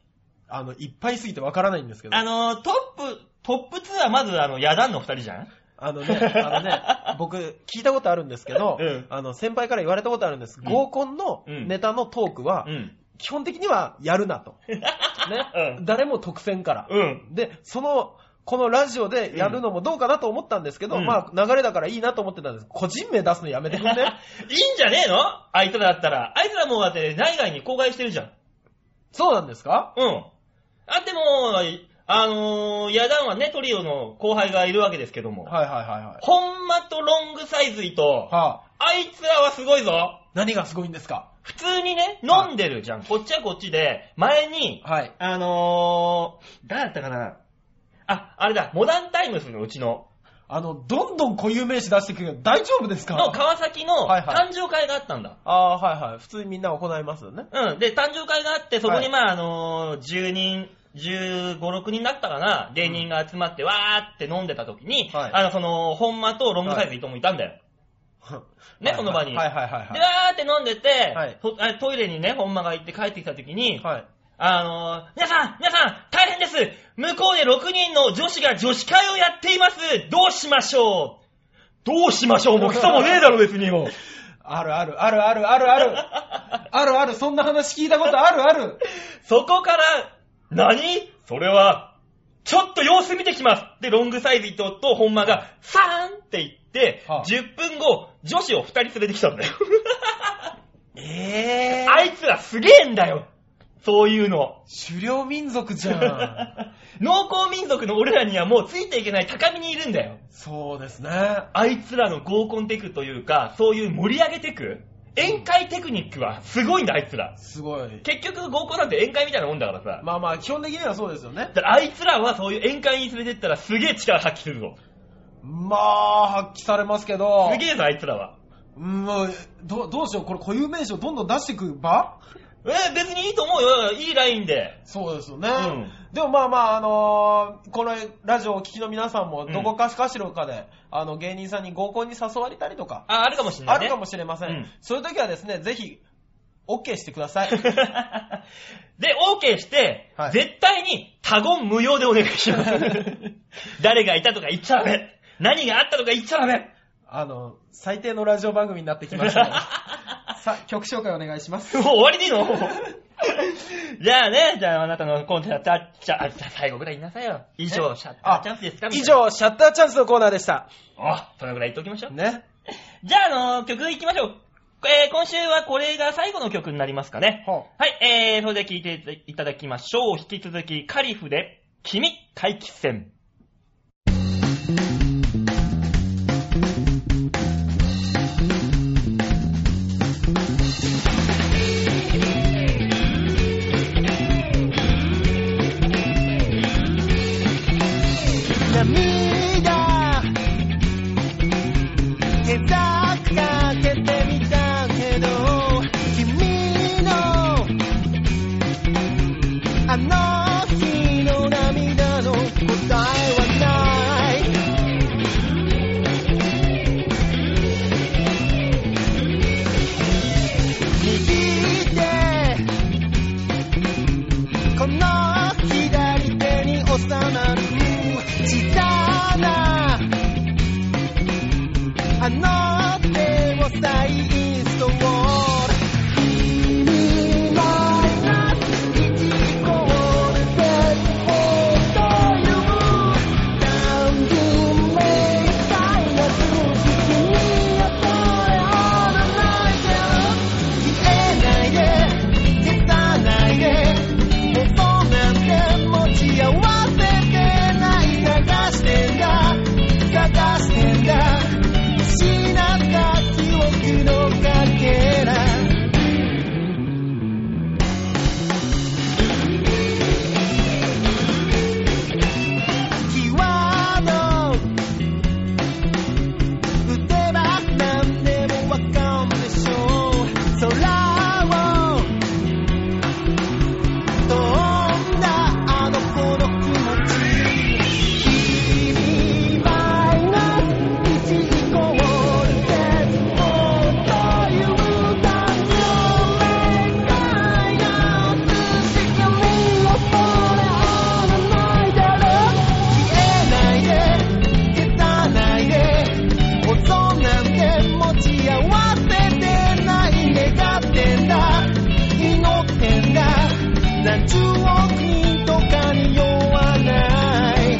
Speaker 2: あの、いっぱいすぎてわからないんですけど。
Speaker 1: あのートップ、トップ2はまずあの、野団の2人じゃん
Speaker 2: あのね、あの ね、僕、聞いたことあるんですけど、
Speaker 1: うん
Speaker 2: あの、先輩から言われたことあるんです。
Speaker 1: ん
Speaker 2: 合コンの
Speaker 1: うん
Speaker 2: ネタのトークは、
Speaker 1: うん。
Speaker 2: 基本的にはやる なと。ね
Speaker 1: う。ん
Speaker 2: 誰も得せんから。
Speaker 1: うん。
Speaker 2: で、その、このラジオでやるのもどうかなと思ったんですけど、
Speaker 1: うん
Speaker 2: まあ流れだからいいなと思ってたんです。個人名出すのやめて くんね。
Speaker 1: いいんじゃねえのあいつらだったら。あいつらもうだって内外に公害してるじゃん。
Speaker 2: そうなんですか
Speaker 1: うん。あってもう、あのー、野団はね、トリオの後輩がいるわけですけども。
Speaker 2: はいはいはいはい。
Speaker 1: ほんまとロングサイズイと、
Speaker 2: はあ、
Speaker 1: あいつらはすごいぞ。
Speaker 2: 何がすごいんですか
Speaker 1: 普通にね、
Speaker 2: はい
Speaker 1: 飲んでるじゃん。こっちはこっちで、前に、
Speaker 2: はい。
Speaker 1: あのー、誰だったかなあ、あれだ、モダンタイムスのうちの、
Speaker 2: あの、どんどん固有名詞出してくるけど大丈夫ですか
Speaker 1: の川崎の
Speaker 2: はいは
Speaker 1: 誕生会があったんだ。
Speaker 2: ああー、はいはい。普通にみんな行いますよね。
Speaker 1: うん。で、誕生会があって、そこ
Speaker 2: は
Speaker 1: に
Speaker 2: い
Speaker 1: まあ、あのー、10人、15、6人だったかな、芸人が集まって、わーって飲んでた時に、
Speaker 2: はい
Speaker 1: あの、その、本間とロングサイズ伊藤もいたんだよ。 ね
Speaker 2: はい
Speaker 1: その場に
Speaker 2: はいはいはい
Speaker 1: で、
Speaker 2: は
Speaker 1: わーって飲んでて、
Speaker 2: はい
Speaker 1: とあトイレにね、本間が行って帰ってきた時に、
Speaker 2: い。はい。
Speaker 1: あのー、皆さん、皆さん、大変です向こうで6人の女子が女子会をやっていますどうしましょうどうしましょうもう草もねえだろ、別によ。
Speaker 2: あるある、あるある、ある ある。あるある、そんな話聞いたことあるある。
Speaker 1: そこから、何それは、ちょっと様子見てきますで、ロングサイズ伊藤と本間が、サーンって言って、
Speaker 2: はあ
Speaker 1: 10分後、女子を2人連れてき たんだよ。
Speaker 2: ええ
Speaker 1: あいつらすげえんだよそういうの。
Speaker 2: 狩猟民族じゃん。
Speaker 1: 農耕民族の俺らにはもうついていけない高みにいるんだよ。
Speaker 2: そうですね。
Speaker 1: あいつらの合コンテクというか、そういう盛り上げテク宴会テクニックはすごいんだ、あいつら。
Speaker 2: すごい。
Speaker 1: 結局合コンなんて宴会みたいなもんだからさ。
Speaker 2: まあまあ、基本的にはそうですよね
Speaker 1: だ。からあいつらはそういう宴会に連れてったらすげえ力発揮するぞ。
Speaker 2: まあ、発揮されますけど。
Speaker 1: すげえぞ、あいつらは。
Speaker 2: うん、もうどうどうしよう、これ固有名詞をどんどん出していく場
Speaker 1: えー別にいいと思うよ。いいラインで。
Speaker 2: そうですよね。
Speaker 1: うん
Speaker 2: でもまあまあ、あのーこのラジオをお聞きの皆さんも、どこかしかしろかで、あの、芸人さんに合コンに誘われたりとか、
Speaker 1: あ、あるかもしんない、
Speaker 2: あ
Speaker 1: ね。
Speaker 2: るかもしれません。
Speaker 1: うん
Speaker 2: そういう時はですね、ぜひ、OK してくださ い。
Speaker 1: で、OK して、
Speaker 2: はい
Speaker 1: 絶対に他言無用でお願いし ます。誰がいたとか言っちゃダメ。何があったとか言っちゃダメ。
Speaker 2: あの、最低のラジオ番組になってきました のでさ、曲紹介お願いします。
Speaker 1: もう終わりでい いのじゃあね、じゃああなたのコンテンツ、あじゃあ、じゃあ最後ぐらい言いなさいよ。以上、シャッターチャンスですかみたい
Speaker 2: 以
Speaker 1: な。
Speaker 2: 上、シャッターチャンスのコーナーでした。
Speaker 1: あ、そのぐらい言っときましょう。
Speaker 2: ね。
Speaker 1: じゃあ、あの曲いきましょう。えー今週はこれが最後の曲になりますかね。
Speaker 2: ほ
Speaker 1: はい、えー、それで聴いていただきましょう。引き続き、カリフで、君、回帰戦。
Speaker 4: 涙手ざかけてみたけど君のあの日の涙の答えはない右手この左手に収まる小さなあの手を再インストール君マイナス1イコール絶望という何十名サイナス君はそれをらないで消えないで消さないでもうなんて持ち合わせてない探してんだ探してんだ失った記憶のかけらキワード打てば何でもわかるでしょう空を飛んだあの子の気持ち君マイナス1イコール絶望という単純明快なし君をそれをないだろう消えないで消さないで音なんて持ち合わせてない願ってんだ祈ってんだ何十億人とかに酔わない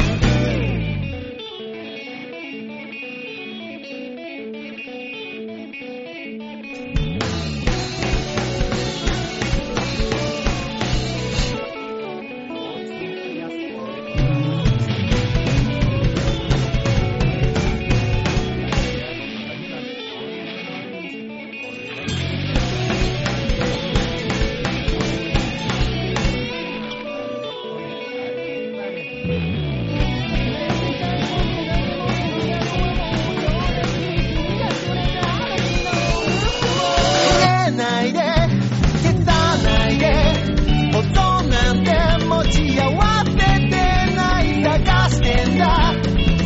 Speaker 4: 消えないで消さないで音なんて持ち合わせてない探してんだ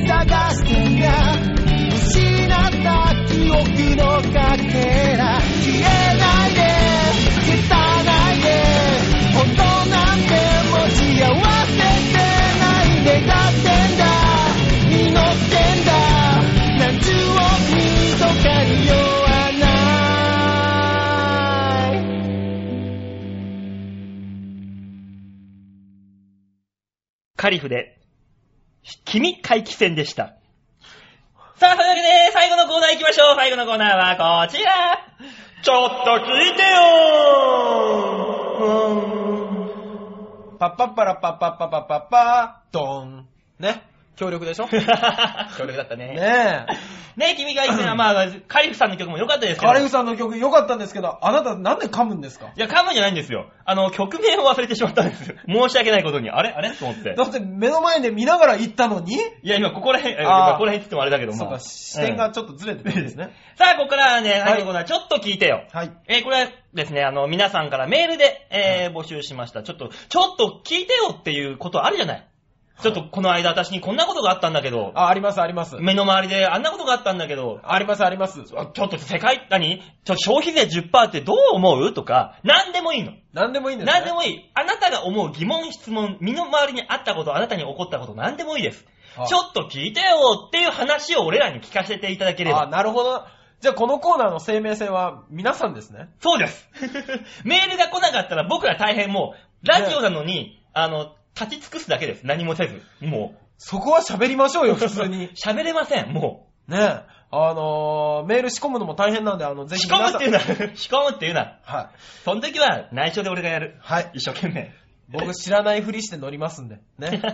Speaker 4: 探してんだ失った記憶のかけら消えないで消さないで音なんて持ち合わせてない願ってんだ祈ってんだ何十億人とかに酔わない
Speaker 1: カリフで、君、回帰戦でした。さあ、というわけで、最後のコーナー行きましょう。最後のコーナーはこちら。 ちょっと聞いてよー
Speaker 2: パッパッパラッパッパッパッパッパッパー、ドーン。ね。強力でしょね
Speaker 1: 強力だったね。
Speaker 2: え。
Speaker 1: ねえ、君が言ってた、まあ、カリフさんの曲も良かったですけど。
Speaker 2: カレフさんの曲良かったんですけど、あなたなんで噛むんですか
Speaker 1: いや、噛むんじゃないんですよ。あの、曲名を忘れてしまったんですよ。申し訳ないことに。あれあれと思って
Speaker 2: だ。って目の前で見ながら行ったのに、
Speaker 1: いや、今、ここら辺、え
Speaker 2: あー
Speaker 1: ここら辺って言ってもあれだけども。
Speaker 2: そうか、視点がちょっとずれてるんですね。
Speaker 1: さあ、ここからはね、
Speaker 2: はい
Speaker 1: 最後のコーナー、ちょっと聞いてよ。
Speaker 2: はい。
Speaker 1: えーこれはですね、あの、皆さんからメールで、えー募集しました。ちょっと、ちょっと聞いてよっていうことあるじゃない。ちょっと、この間、私にこんなことがあったんだけど、
Speaker 2: あ、ありますあります。
Speaker 1: 目の周りであんなことがあったんだけど、
Speaker 2: ありますあります。
Speaker 1: あちょっと世界、何ちょ消費税10%ってどう思うとか、何でもいいの。
Speaker 2: 何でもいいんですね。
Speaker 1: 何でもいい。あなたが思う疑問、質問、身の回りにあったこと、あなたに起こったこと、何でもいいです。
Speaker 2: あ
Speaker 1: ちょっと聞いてよっていう話を俺らに聞かせていただけれ
Speaker 2: あ、
Speaker 1: ば。
Speaker 2: なるほど。じゃあこのコーナーの生命線は皆さんですね。
Speaker 1: そうです。 メールが来なかったら僕ら大変もう、ラジオなのに、あの、立ち尽くすだけです。何もせず。も
Speaker 2: そこは喋りましょ うよ、普通
Speaker 1: う
Speaker 2: に。。
Speaker 1: 喋れません、も
Speaker 2: ねえ。あのー、メール仕込むのも大変なんで、あの、
Speaker 1: う。
Speaker 2: ぜひ
Speaker 1: 仕込むっ
Speaker 2: 皆さん。
Speaker 1: ていうな。 仕込むっていうな。
Speaker 2: はい。
Speaker 1: その時は内緒で俺がやる。
Speaker 2: はい。
Speaker 1: 一生懸命。
Speaker 2: 僕知らないふりして乗りますんで。ね。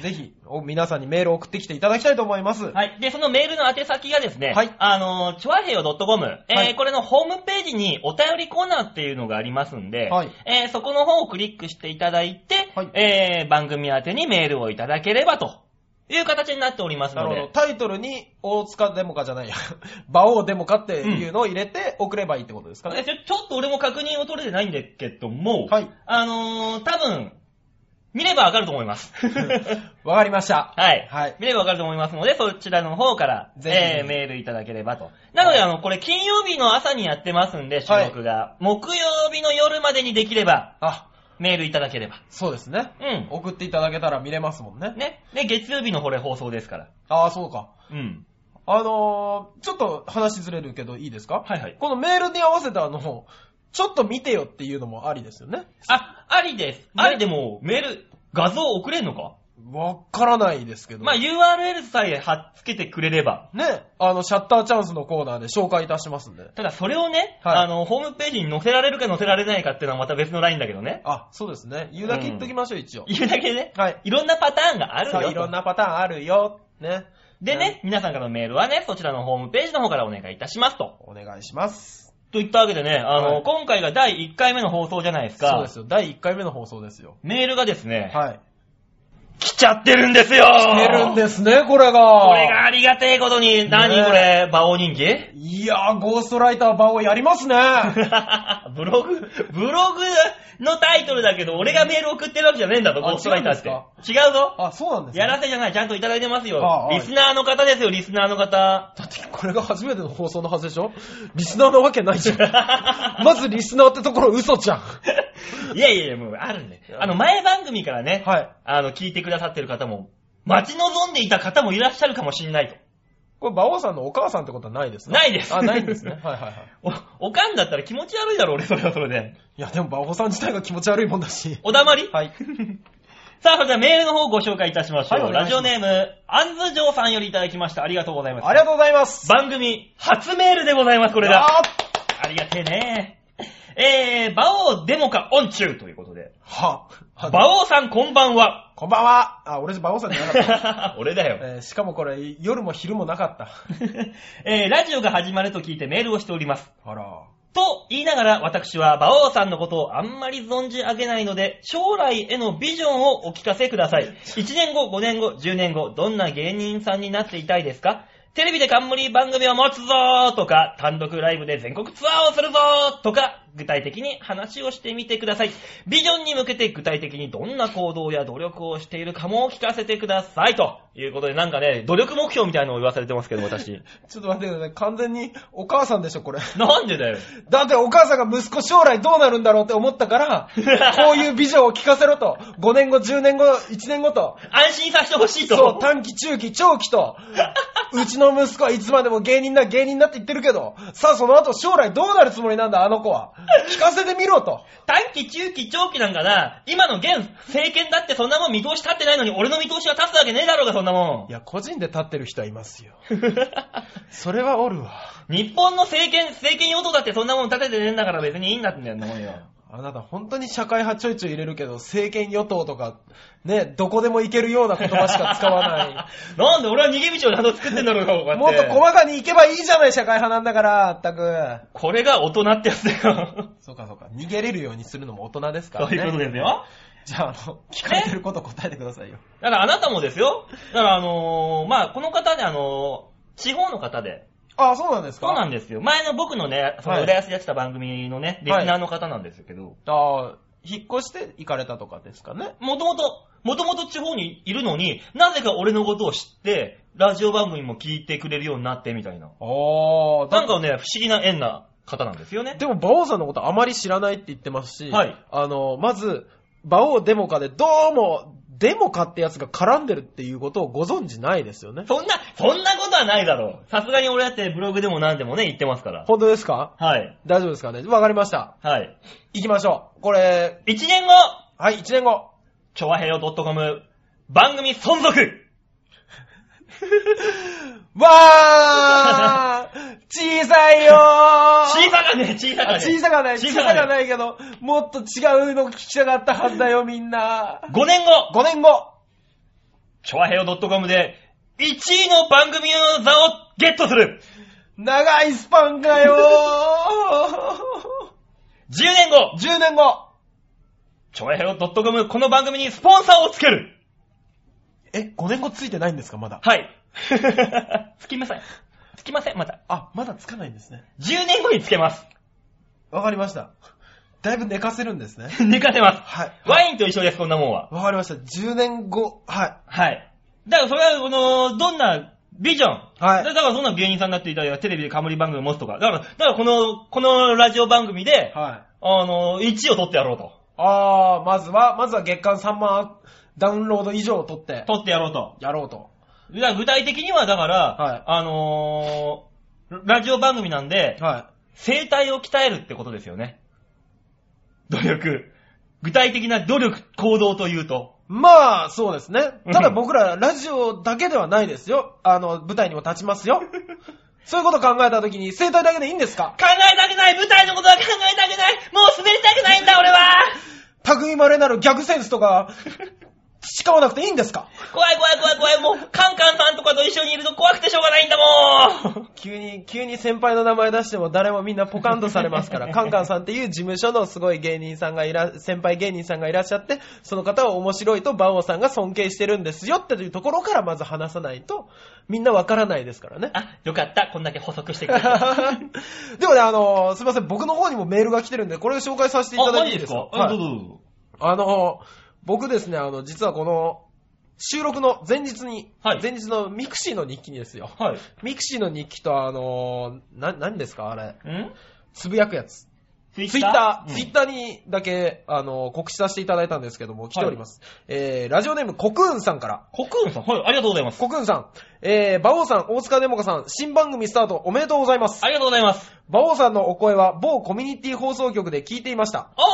Speaker 2: ぜひ、お皆さんにメールを送ってきていただきたいと思います。
Speaker 1: はい。で、そのメールの宛先がですね、
Speaker 2: はい
Speaker 1: あのー、チョアヘヨ .com、えー
Speaker 2: はい
Speaker 1: これのホームページにお便りコーナーっていうのがありますんで、
Speaker 2: はい
Speaker 1: えーそこの方をクリックしていただいて、
Speaker 2: はい
Speaker 1: えー番組宛てにメールをいただければという形になっております
Speaker 2: なる
Speaker 1: の
Speaker 2: ほど。
Speaker 1: で、
Speaker 2: タイトルに、大塚デモカじゃないや。 馬王デモカっていうのを入れて送ればいいってことですか
Speaker 1: え
Speaker 2: ね。
Speaker 1: ちょちょっと俺も確認を取れてないんだけども、
Speaker 2: はい
Speaker 1: あのー、多分、見ればわかると思い ます。
Speaker 2: わかりました。
Speaker 1: はい。
Speaker 2: はい
Speaker 1: 見ればわかると思いますので、そちらの方から、
Speaker 2: ぜひ
Speaker 1: えー、メールいただければと。なので、
Speaker 2: は
Speaker 1: あの、これ金曜日の朝にやってますんで、収録が。木曜日の夜までにできれば、
Speaker 2: あ、
Speaker 1: メールいただければ。
Speaker 2: そうですね。
Speaker 1: うん。
Speaker 2: 送っていただけたら見れますもんね。
Speaker 1: ね。で、月曜日のこれ放送ですから。
Speaker 2: ああ、そうか。
Speaker 1: うん。
Speaker 2: あのー、ちょっと話ずれるけどいいですか
Speaker 1: はいはい
Speaker 2: このメールに合わせてあの、ちょっと見てよっていうのもありですよね。
Speaker 1: あ、ありです。ありでも、メール、画像送れんのか
Speaker 2: わからないですけど。
Speaker 1: まあ、URL さえ貼っつけてくれれば。
Speaker 2: ね、あの、シャッターチャンスのコーナーで紹介いたしますんで。
Speaker 1: ただ、それをね、
Speaker 2: はい
Speaker 1: あの、ホームページに載せられるか載せられないかっていうのはまた別のラインだけどね。
Speaker 2: あ、そうですね。言うだけ言っときましょう、一応。
Speaker 1: 言うだけでね、
Speaker 2: はい。
Speaker 1: いろんなパターンがあるよ
Speaker 2: さ
Speaker 1: と。
Speaker 2: あ、いろんなパターンあるよ。ね。
Speaker 1: でね、皆さんからのメールはね、そちらのホームページの方からお願いいたしますと。
Speaker 2: お願いします。
Speaker 1: といったわけでね、あの、
Speaker 2: はい
Speaker 1: 今回が第1回目の放送じゃないですか。
Speaker 2: そうですよ。第1回目の放送ですよ。
Speaker 1: メールがですね、
Speaker 2: はい。
Speaker 1: 来ちゃってるんですよ
Speaker 2: 来てるんですね、これが。
Speaker 1: これがありがてえことに、何、
Speaker 2: ねえ
Speaker 1: これ、馬王人気
Speaker 2: いやー、ゴーストライター版をやります ね。
Speaker 1: ブログ、ブログのタイトルだけど、俺がメール送ってるわけじゃねえんだぞ、
Speaker 2: あ
Speaker 1: ゴーストライターって。
Speaker 2: 違うん
Speaker 1: 違うぞ。
Speaker 2: あ、そうなんですね
Speaker 1: やらせじゃない、ちゃんといただいてます
Speaker 2: あ
Speaker 1: よ
Speaker 2: あ。はい
Speaker 1: リスナーの方ですよ、リスナーの方。
Speaker 2: だってこれが初めての放送のはずでしょリスナーなわけないじゃん。ま ずリスナーってところ嘘じゃん。
Speaker 1: いやいやいや、もうあるね。あの、前番組からね、
Speaker 2: はい。
Speaker 1: あの、聞いてくださってる方も、待ち望んでいた方もいらっしゃるかもしれない
Speaker 2: これ、馬王さんのお母さんってことはないです
Speaker 1: と。
Speaker 2: ね。
Speaker 1: ないです。
Speaker 2: あ、ないんですね。はい。はいはい。
Speaker 1: お、おかんだったら気持ち悪いだろ、俺、それはそれで。
Speaker 2: いや、でも馬王さん自体が気持ち悪いもんだし。
Speaker 1: おだまり
Speaker 2: はい。
Speaker 1: さあ、それではメールの方をご紹介いたしましょう。
Speaker 2: はいお願
Speaker 1: ラ
Speaker 2: いします
Speaker 1: ジオネーム、アンズジョーさんよりいただきました。ありがとうございます。
Speaker 2: ありがとうございます。
Speaker 1: 番組、初メールでございます、これ
Speaker 2: あ
Speaker 1: が。
Speaker 2: ー
Speaker 1: ありがてえね。えー、馬王デモカオンチューということで。
Speaker 2: は、は、
Speaker 1: 馬王さんこんばんは。
Speaker 2: こんばんは。あ、俺じゃ馬王さんじゃなかっ た。
Speaker 1: 俺だよ。
Speaker 2: えーしかもこれ、夜も昼もなかった。
Speaker 1: えー、ラジオが始まると聞いてメールをしております。
Speaker 2: あら。
Speaker 1: と言いながら私は馬王さんのことをあんまり存じ上げないので、将来へのビジョンをお聞かせください。1年後、5年後、10年後、どんな芸人さんになっていたいですかテレビで冠番組を持つぞーとか、単独ライブで全国ツアーをするぞーとか、具体的に話をしてみてください。ビジョンに向けて具体的にどんな行動や努力をしているかも聞かせてください。ということで、なんかね、努力目標みたいなのを言わされてますけど、私。
Speaker 2: ちょっと待ってください。完全にお母さんでしょ、これ。
Speaker 1: なんでだよ。
Speaker 2: だってお母さんが息子将来どうなるんだろうって思った から、こういうビジョンを聞かせろと。5年後、10年後、1年後と。
Speaker 1: 安心させてほしいと。
Speaker 2: そう、短期、中期、長期と。うちの息子はいつまでも芸人だ、芸人だって言ってるけど、さあその後将来どうなるつもりなんだ、あの子は。聞かせてみろと。
Speaker 1: 短期、中期、長期なんかな、今の現政権だってそんなもん見通し立ってないのに、俺の見通しは立つわけねえだろうが、そんなも
Speaker 2: いや、個人で立ってる人はいますよ。
Speaker 1: ん。
Speaker 2: それはおるわ。
Speaker 1: 日本の政権、政権与党だってそんなもん立ててねえんだから別にいいんだってんだよ、そんなもんよ。
Speaker 2: あなた本当に社会派ちょいちょい入れるけど、政権与党とか、ね、どこでもいけるような言葉しか使わ な
Speaker 1: なんで俺は逃げ道を何度作ってんだろ うか、こうや
Speaker 2: い。もっ
Speaker 1: って
Speaker 2: と細かにいけばいいじゃない、社会派なんだから、まったく。
Speaker 1: これが大人ってやつだよ。
Speaker 2: そうかそうか。逃げれるようにするのも大人ですから
Speaker 1: そう
Speaker 2: ね。
Speaker 1: いうことですよ。
Speaker 2: じゃあ、あの、聞かれてること答えてくださいよ。
Speaker 1: だからあなたもですよ。だからあのーまあ、この方であのー地方の方で。
Speaker 2: あそうなんですか
Speaker 1: そうなんですよ。前の僕のね、そ
Speaker 2: は
Speaker 1: の
Speaker 2: い
Speaker 1: 浦安でやってた番組のね、リスナーの方なんですけど、
Speaker 2: ああ、引っ越して行かれたとかですかね。
Speaker 1: もともと、もともと地方にいるのに、なぜか俺のことを知って、ラジオ番組も聞いてくれるようになってみたいな。
Speaker 2: ああ、
Speaker 1: なんかね、不思議な縁な方なんですよね。
Speaker 2: でも、馬王さんのことあまり知らないって言ってますし、
Speaker 1: はい
Speaker 2: あの、まず、馬王デモカで、どうも、デモカってやつが絡んでるっていうことをご存知ないですよね。
Speaker 1: そんな、そんなことはないだろう。さすがに俺だってブログでも何でもね、言ってますから。
Speaker 2: 本当ですか
Speaker 1: はい。
Speaker 2: 大丈夫ですかねわかりました。
Speaker 1: はい。
Speaker 2: 行きましょう。これ、
Speaker 1: 1年後、
Speaker 2: はい、1年 後。
Speaker 1: チョアヘヨ .com 番組存続
Speaker 2: わー小さいよ
Speaker 1: 小
Speaker 2: ー
Speaker 1: さがね、小さが
Speaker 2: あ
Speaker 1: ね。
Speaker 2: 小さがない、小さ
Speaker 1: が
Speaker 2: が
Speaker 1: ね。
Speaker 2: ないけど、もっと違うの聞きたかったはずだ よ、みんな。
Speaker 1: 5年後、
Speaker 2: 5年後
Speaker 1: チョアヘヨ .com で1位の番組の座をゲットする
Speaker 2: 長いスパンかよ
Speaker 1: !10 年後
Speaker 2: ー !10 年後
Speaker 1: チョアヘヨ .com この番組にスポンサーをつける
Speaker 2: え、5年後ついてないんですか、まだ。
Speaker 1: はい。つきません。つきません、また。
Speaker 2: あ、まだつかないんですね。
Speaker 1: 10年後につけます。
Speaker 2: わかりました。だいぶ寝かせるんですね。
Speaker 1: 寝かせます。
Speaker 2: はい。
Speaker 1: ワインと一緒です、こんなもんは。
Speaker 2: わかりました。10年後。は
Speaker 1: はい。だからそれは、この、どんな、ビジョン。
Speaker 2: はい
Speaker 1: だだからどんな芸人さんになっていたりとか、テレビで冠番組を持つとか。だから、だからこの、このラジオ番組
Speaker 2: い。
Speaker 1: で、
Speaker 2: はい。
Speaker 1: あの、1位を取ってやろうと。
Speaker 2: あー、まずは、まずは月間3万ダウンロード以上を取って、
Speaker 1: 取ってやろうと。
Speaker 2: やろうと。
Speaker 1: だから具体的には、だから、
Speaker 2: はい
Speaker 1: あのーラジオ番組なんで、
Speaker 2: は
Speaker 1: 声帯を鍛えるってことですよね。努力。具体的な努力、行動というと。
Speaker 2: い。まあ、そうですね。ただ
Speaker 1: うん
Speaker 2: 僕ら、ラジオだけではないですよ。あの、舞台にも立ち ますよ。そういうこと考えたときに、生態だけでいいんですか
Speaker 1: 考えたくない舞台のことは考えたくないもう滑りたくないんだ、俺は
Speaker 2: 類まれなる逆センスとか、 培わなくていいんですか
Speaker 1: 怖い怖い怖い怖い、もう、カンカンさんとかと一緒にいると怖くてしょうがないんだもん
Speaker 2: 急に、急に先輩の名前出しても誰もみんなポカンとされま すから、カンカンさんっていう事務所のすごい芸人さんがいら、先輩芸人さんがいらっしゃって、その方を面白いとバオさんが尊敬してるんですよっていうところからまず話さないと、みんなわからないですからね。
Speaker 1: あ、よかった、こんだけ補足してくれ て。あ、
Speaker 2: でもね、あの、すいません、僕の方にもメールが来てるんで、これを紹介させていただ
Speaker 1: マ
Speaker 2: いてい
Speaker 1: ジ
Speaker 2: い
Speaker 1: で
Speaker 2: です
Speaker 1: す
Speaker 2: か
Speaker 1: か
Speaker 2: はい
Speaker 1: どうぞどうぞ。
Speaker 2: あの、僕ですね、あの、実はこの、収録の前日に、
Speaker 1: はい
Speaker 2: 前日のミクシーの日記にですよ。
Speaker 1: はい。
Speaker 2: ミクシーの日記とあの、な、何ですかあれ。
Speaker 1: ん
Speaker 2: つぶやくやつ。
Speaker 1: ツイ
Speaker 2: ツイッター、
Speaker 1: うん
Speaker 2: ツイッターにだけ、あの、告知させていただいたんですけども、来ております。えー、ラジオネーム、コクーンさんから。
Speaker 1: コクーンさん、はい、ありがとうございます。
Speaker 2: コクーンさん、えー、馬王さん、大塚デモカさん、新番組スタートおめでとうございます。
Speaker 1: ありがとうございます。
Speaker 2: 馬王さんのお声は某コミュニティ放送局で聞いていました。
Speaker 1: おー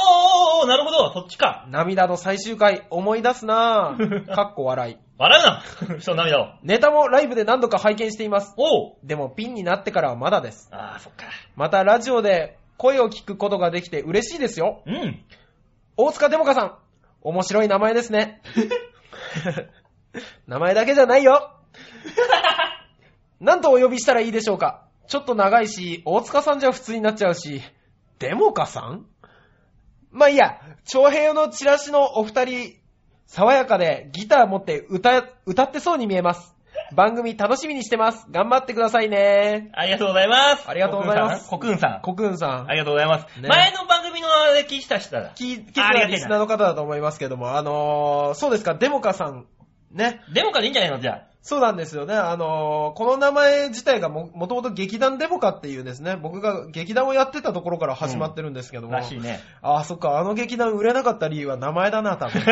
Speaker 1: おーおーなるほど、そっちか。
Speaker 2: 涙の最終回、思い出すなぁ。かっこ笑い。
Speaker 1: 笑うな その涙を。
Speaker 2: ネタもライブで何度か拝見しています。
Speaker 1: おう
Speaker 2: でもピンになってからはまだです。
Speaker 1: あー、そっか。
Speaker 2: またラジオで声を聞くことができて嬉しいですよ。
Speaker 1: うん。
Speaker 2: 大塚デモカさん、面白い名前ですね。 名前だけじゃないよ。なんとお呼びしたらいいでしょうか。ちょっと長いし、大塚さんじゃ普通になっちゃうし、デモカさんまあいいや、長平のチラシのお二人、爽やかでギター持って歌、歌ってそうに見えます。番組楽しみにしてます。頑張ってくださいね。
Speaker 1: ありがとうございます。
Speaker 2: ありがとうございます
Speaker 1: コクーンさん。コク
Speaker 2: コクーンさ
Speaker 1: ーンさ
Speaker 2: ん
Speaker 1: んあ。りがとうございます。
Speaker 2: ね
Speaker 1: 前の番組のあれ聞いてた人だ。
Speaker 2: 聞いてたリスナーの方だと思いますけども、あのー、そうですか、デモカさん、ね。
Speaker 1: デモかでいいんじゃないのじゃあ。
Speaker 2: そうなんですよね。あのー、この名前自体がも、もともと劇団デモカっていうですね、僕が劇団をやってたところから始まってるんですけども。
Speaker 1: らしい ね。
Speaker 2: ああ、そっか、あの劇団売れなかった理由は名前だな、多分。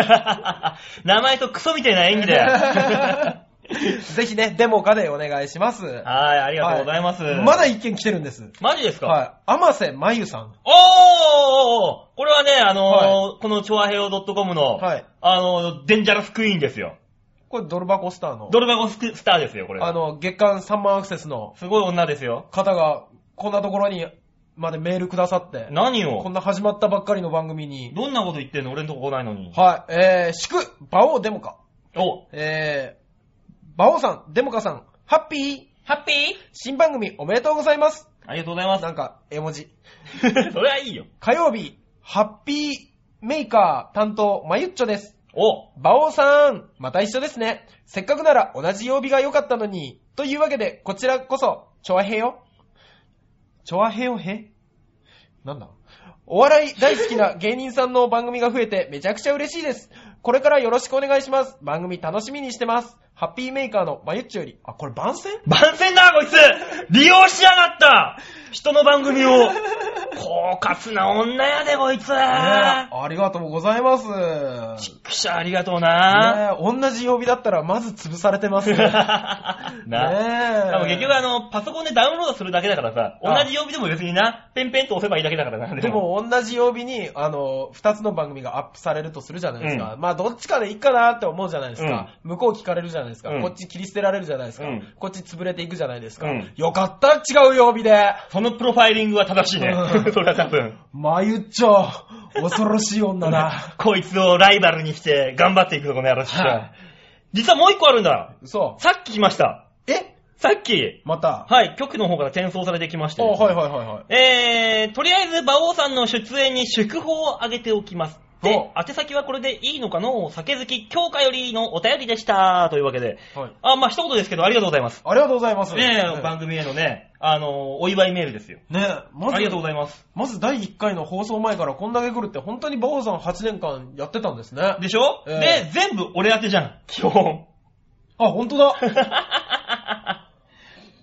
Speaker 1: 名前とクソみたいな演技 だよ。
Speaker 2: ぜひね、デモカでお願いします。あ
Speaker 1: はい、ありがとうございます。
Speaker 2: まだ一件来てるんです。
Speaker 1: マジですか、
Speaker 2: はい。天瀬まゆさん。
Speaker 1: おーおーおーこれはね、あのー
Speaker 2: は
Speaker 1: このチョアヘヨ .com の、
Speaker 2: はい
Speaker 1: あのーデンジャラスクイーンですよ。
Speaker 2: これドルバコスターの、
Speaker 1: ドルバゴスクスターですよ、これ。
Speaker 2: あの、月間3万アクセスの
Speaker 1: すごい女ですよ。
Speaker 2: 方が、こんなところにまでメールくださって、
Speaker 1: 何を
Speaker 2: こんな始まったばっかりの番組に、
Speaker 1: どんなこと言ってんの俺んとこ来ないのに。
Speaker 2: はい、えー、祝、馬王デモカ、
Speaker 1: お
Speaker 2: えー、馬王さん、デモカさん、ハッピー、
Speaker 1: ハッピー
Speaker 2: 新番組おめでとうございます。
Speaker 1: ありがとうございます
Speaker 2: な。んか、絵文字。
Speaker 1: それはいいよ。
Speaker 2: 火曜日、ハッピーメーカー担当、まゆっちょです。
Speaker 1: お
Speaker 2: 馬王さん、また一緒ですね。せっかくなら同じ曜日が良かったのに。というわけで、こちらこそ、チョアヘヨチョアヘヨヘなんだお笑い大好きな芸人さんの番組が増えてめちゃくちゃ嬉しいです。これからよろしくお願いします。番組楽しみにしてます。ハッピーメーカーのまゆっちょより、あ、これ番宣
Speaker 1: 万全だこいつ利用しやがった人の番組を狡猾な女やでこいつ
Speaker 2: ねえありがとうございます。
Speaker 1: ちっくしゃありがとうな、
Speaker 2: ねえ同じ曜日だったらまず潰されてますね。
Speaker 1: な
Speaker 2: ねえ
Speaker 1: 多分結局あの、パソコンでダウンロードするだけだからさ、
Speaker 2: あ
Speaker 1: 同じ曜日でも別にな、ペンペンと押せばいいだけだからな。
Speaker 2: で、も同じ曜日に、あの、二つの番組がアップされるとするじゃないですか。まあどっちかでいいかなって思うじゃないですか。向こう聞かれるじゃないですか。
Speaker 1: うん
Speaker 2: こっち切り捨てられるじゃないですか。
Speaker 1: うん
Speaker 2: こっち潰れていくじゃないですか。
Speaker 1: うん
Speaker 2: よかった、違う曜日で。
Speaker 1: そのプロファイリングは正しいね
Speaker 2: う。ん
Speaker 1: それは多分。
Speaker 2: まゆっちょ、恐ろしい女だ。
Speaker 1: こいつをライバルにして頑張っていくぞ、この野郎ちっ ちゃい
Speaker 2: はい
Speaker 1: 実はもう一個あるんだ。
Speaker 2: 嘘。
Speaker 1: さっき来ました。
Speaker 2: え
Speaker 1: さっき、
Speaker 2: また。
Speaker 1: はい、局の方から転送されてきまして
Speaker 2: あ、
Speaker 1: ですね、
Speaker 2: はいはいはいはい。
Speaker 1: えー、とりあえず、馬王さんの出演に祝報をあげておきます。で
Speaker 2: お、
Speaker 1: 宛先はこれでいいのかの酒好き、強化よりのお便りでした。というわけで。
Speaker 2: はい
Speaker 1: あ、まあ一言ですけど、ありがとうございます。
Speaker 2: ありがとうございます。
Speaker 1: ねえ、
Speaker 2: え
Speaker 1: 番組へのね、あの、お祝いメールですよ。
Speaker 2: ねえ、まず
Speaker 1: ありがとうございます。
Speaker 2: まず第1回の放送前からこんだけ来るって本当にバオさん8年間やってたんですね。
Speaker 1: でしょ、
Speaker 2: ええ
Speaker 1: で、全部俺宛てじゃん。基本。
Speaker 2: あ、本当だ。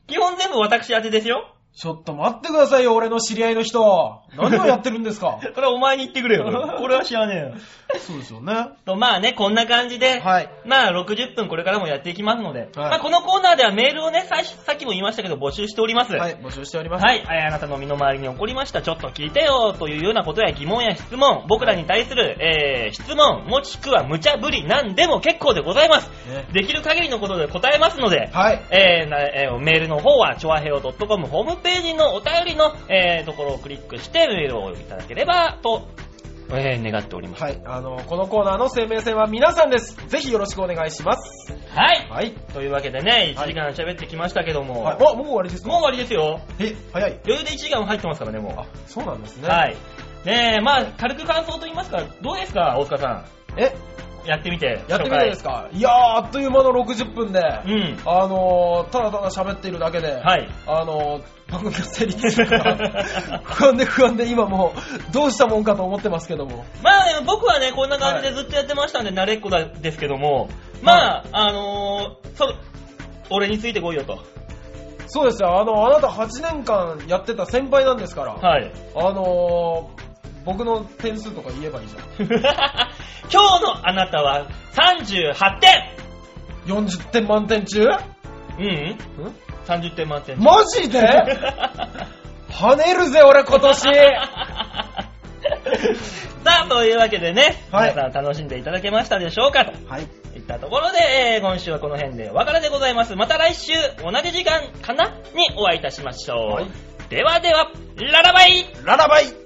Speaker 1: 基本全部私宛てですよ。
Speaker 2: ちょっと待ってくださいよ、俺の知り合いの人。何をやってるんです か
Speaker 1: それはお前に言ってくれ よ。俺は知らねえよ。
Speaker 2: そうですよね。
Speaker 1: と、まあね、こんな感じで、
Speaker 2: はい
Speaker 1: まあ60分これからもやっていきますので、まあこのコーナーではメールをね、さしさっきも言いましたけど募集しております。
Speaker 2: はい、募集しております。
Speaker 1: はい、えーあなたの身の回りに起こりました、ちょっと聞いてよというようなことや疑問や質問、僕らに対する、えー質問、もしくは無茶ぶり、なんでも結構でございます。
Speaker 2: ね
Speaker 1: できる限りのことで答えますので、
Speaker 2: はい。
Speaker 1: えーなえーメールの方は、チョアヘオ .com ホームページのお便りの、えーところをクリックしてメールをいただければと、えー願っております。
Speaker 2: はい、あの、このコーナーの生命線は皆さんです。ぜひよろしくお願いします。
Speaker 1: はい。
Speaker 2: はい。
Speaker 1: というわけでね、1
Speaker 2: はい
Speaker 1: 時間喋ってきましたけども、
Speaker 2: はい、あ、もう終わりですか
Speaker 1: もう終わりですよ。
Speaker 2: え、早い。
Speaker 1: 余裕で1時間も入ってますからね、もう。
Speaker 2: あ、そうなんですね。。
Speaker 1: はいい。ねえ、まあ、軽く感想と言いますか、どうですか、大塚さ
Speaker 2: え、
Speaker 1: ん。やってみて。
Speaker 2: やってみてです
Speaker 1: か
Speaker 2: かいやー、あっという間の60分で、
Speaker 1: うん。
Speaker 2: あのー、ただただ喋っているだけで、
Speaker 1: はい。
Speaker 2: あのー、番組が成立するか不安で不安で今もう、どうしたもんかと思ってますけども。
Speaker 1: まあ、ね、僕はね、こんな感じでずっとやってましたんで、慣れっこだですけども、まあ、あのー、そ、俺についてこいよと。
Speaker 2: そうですよ、あの、あなた8年間やってた先輩なんですから、
Speaker 1: はい。
Speaker 2: あのー、僕の点数とか言えばいいじゃん。
Speaker 1: 今日のあなたは38点
Speaker 2: 40点満点中
Speaker 1: うん、うん、30点満点。
Speaker 2: マジで跳ねるぜ、俺 今年
Speaker 1: さあ、というわけでね、
Speaker 2: はい
Speaker 1: 皆さん楽しんでいただけましたでしょうかと
Speaker 2: はい。
Speaker 1: いったところで、えー今週はこの辺でお別れでございます。また来週、同じ時間かなにお会いいたしましょう。
Speaker 2: はい
Speaker 1: ではでは、ララバイ
Speaker 2: ララバイ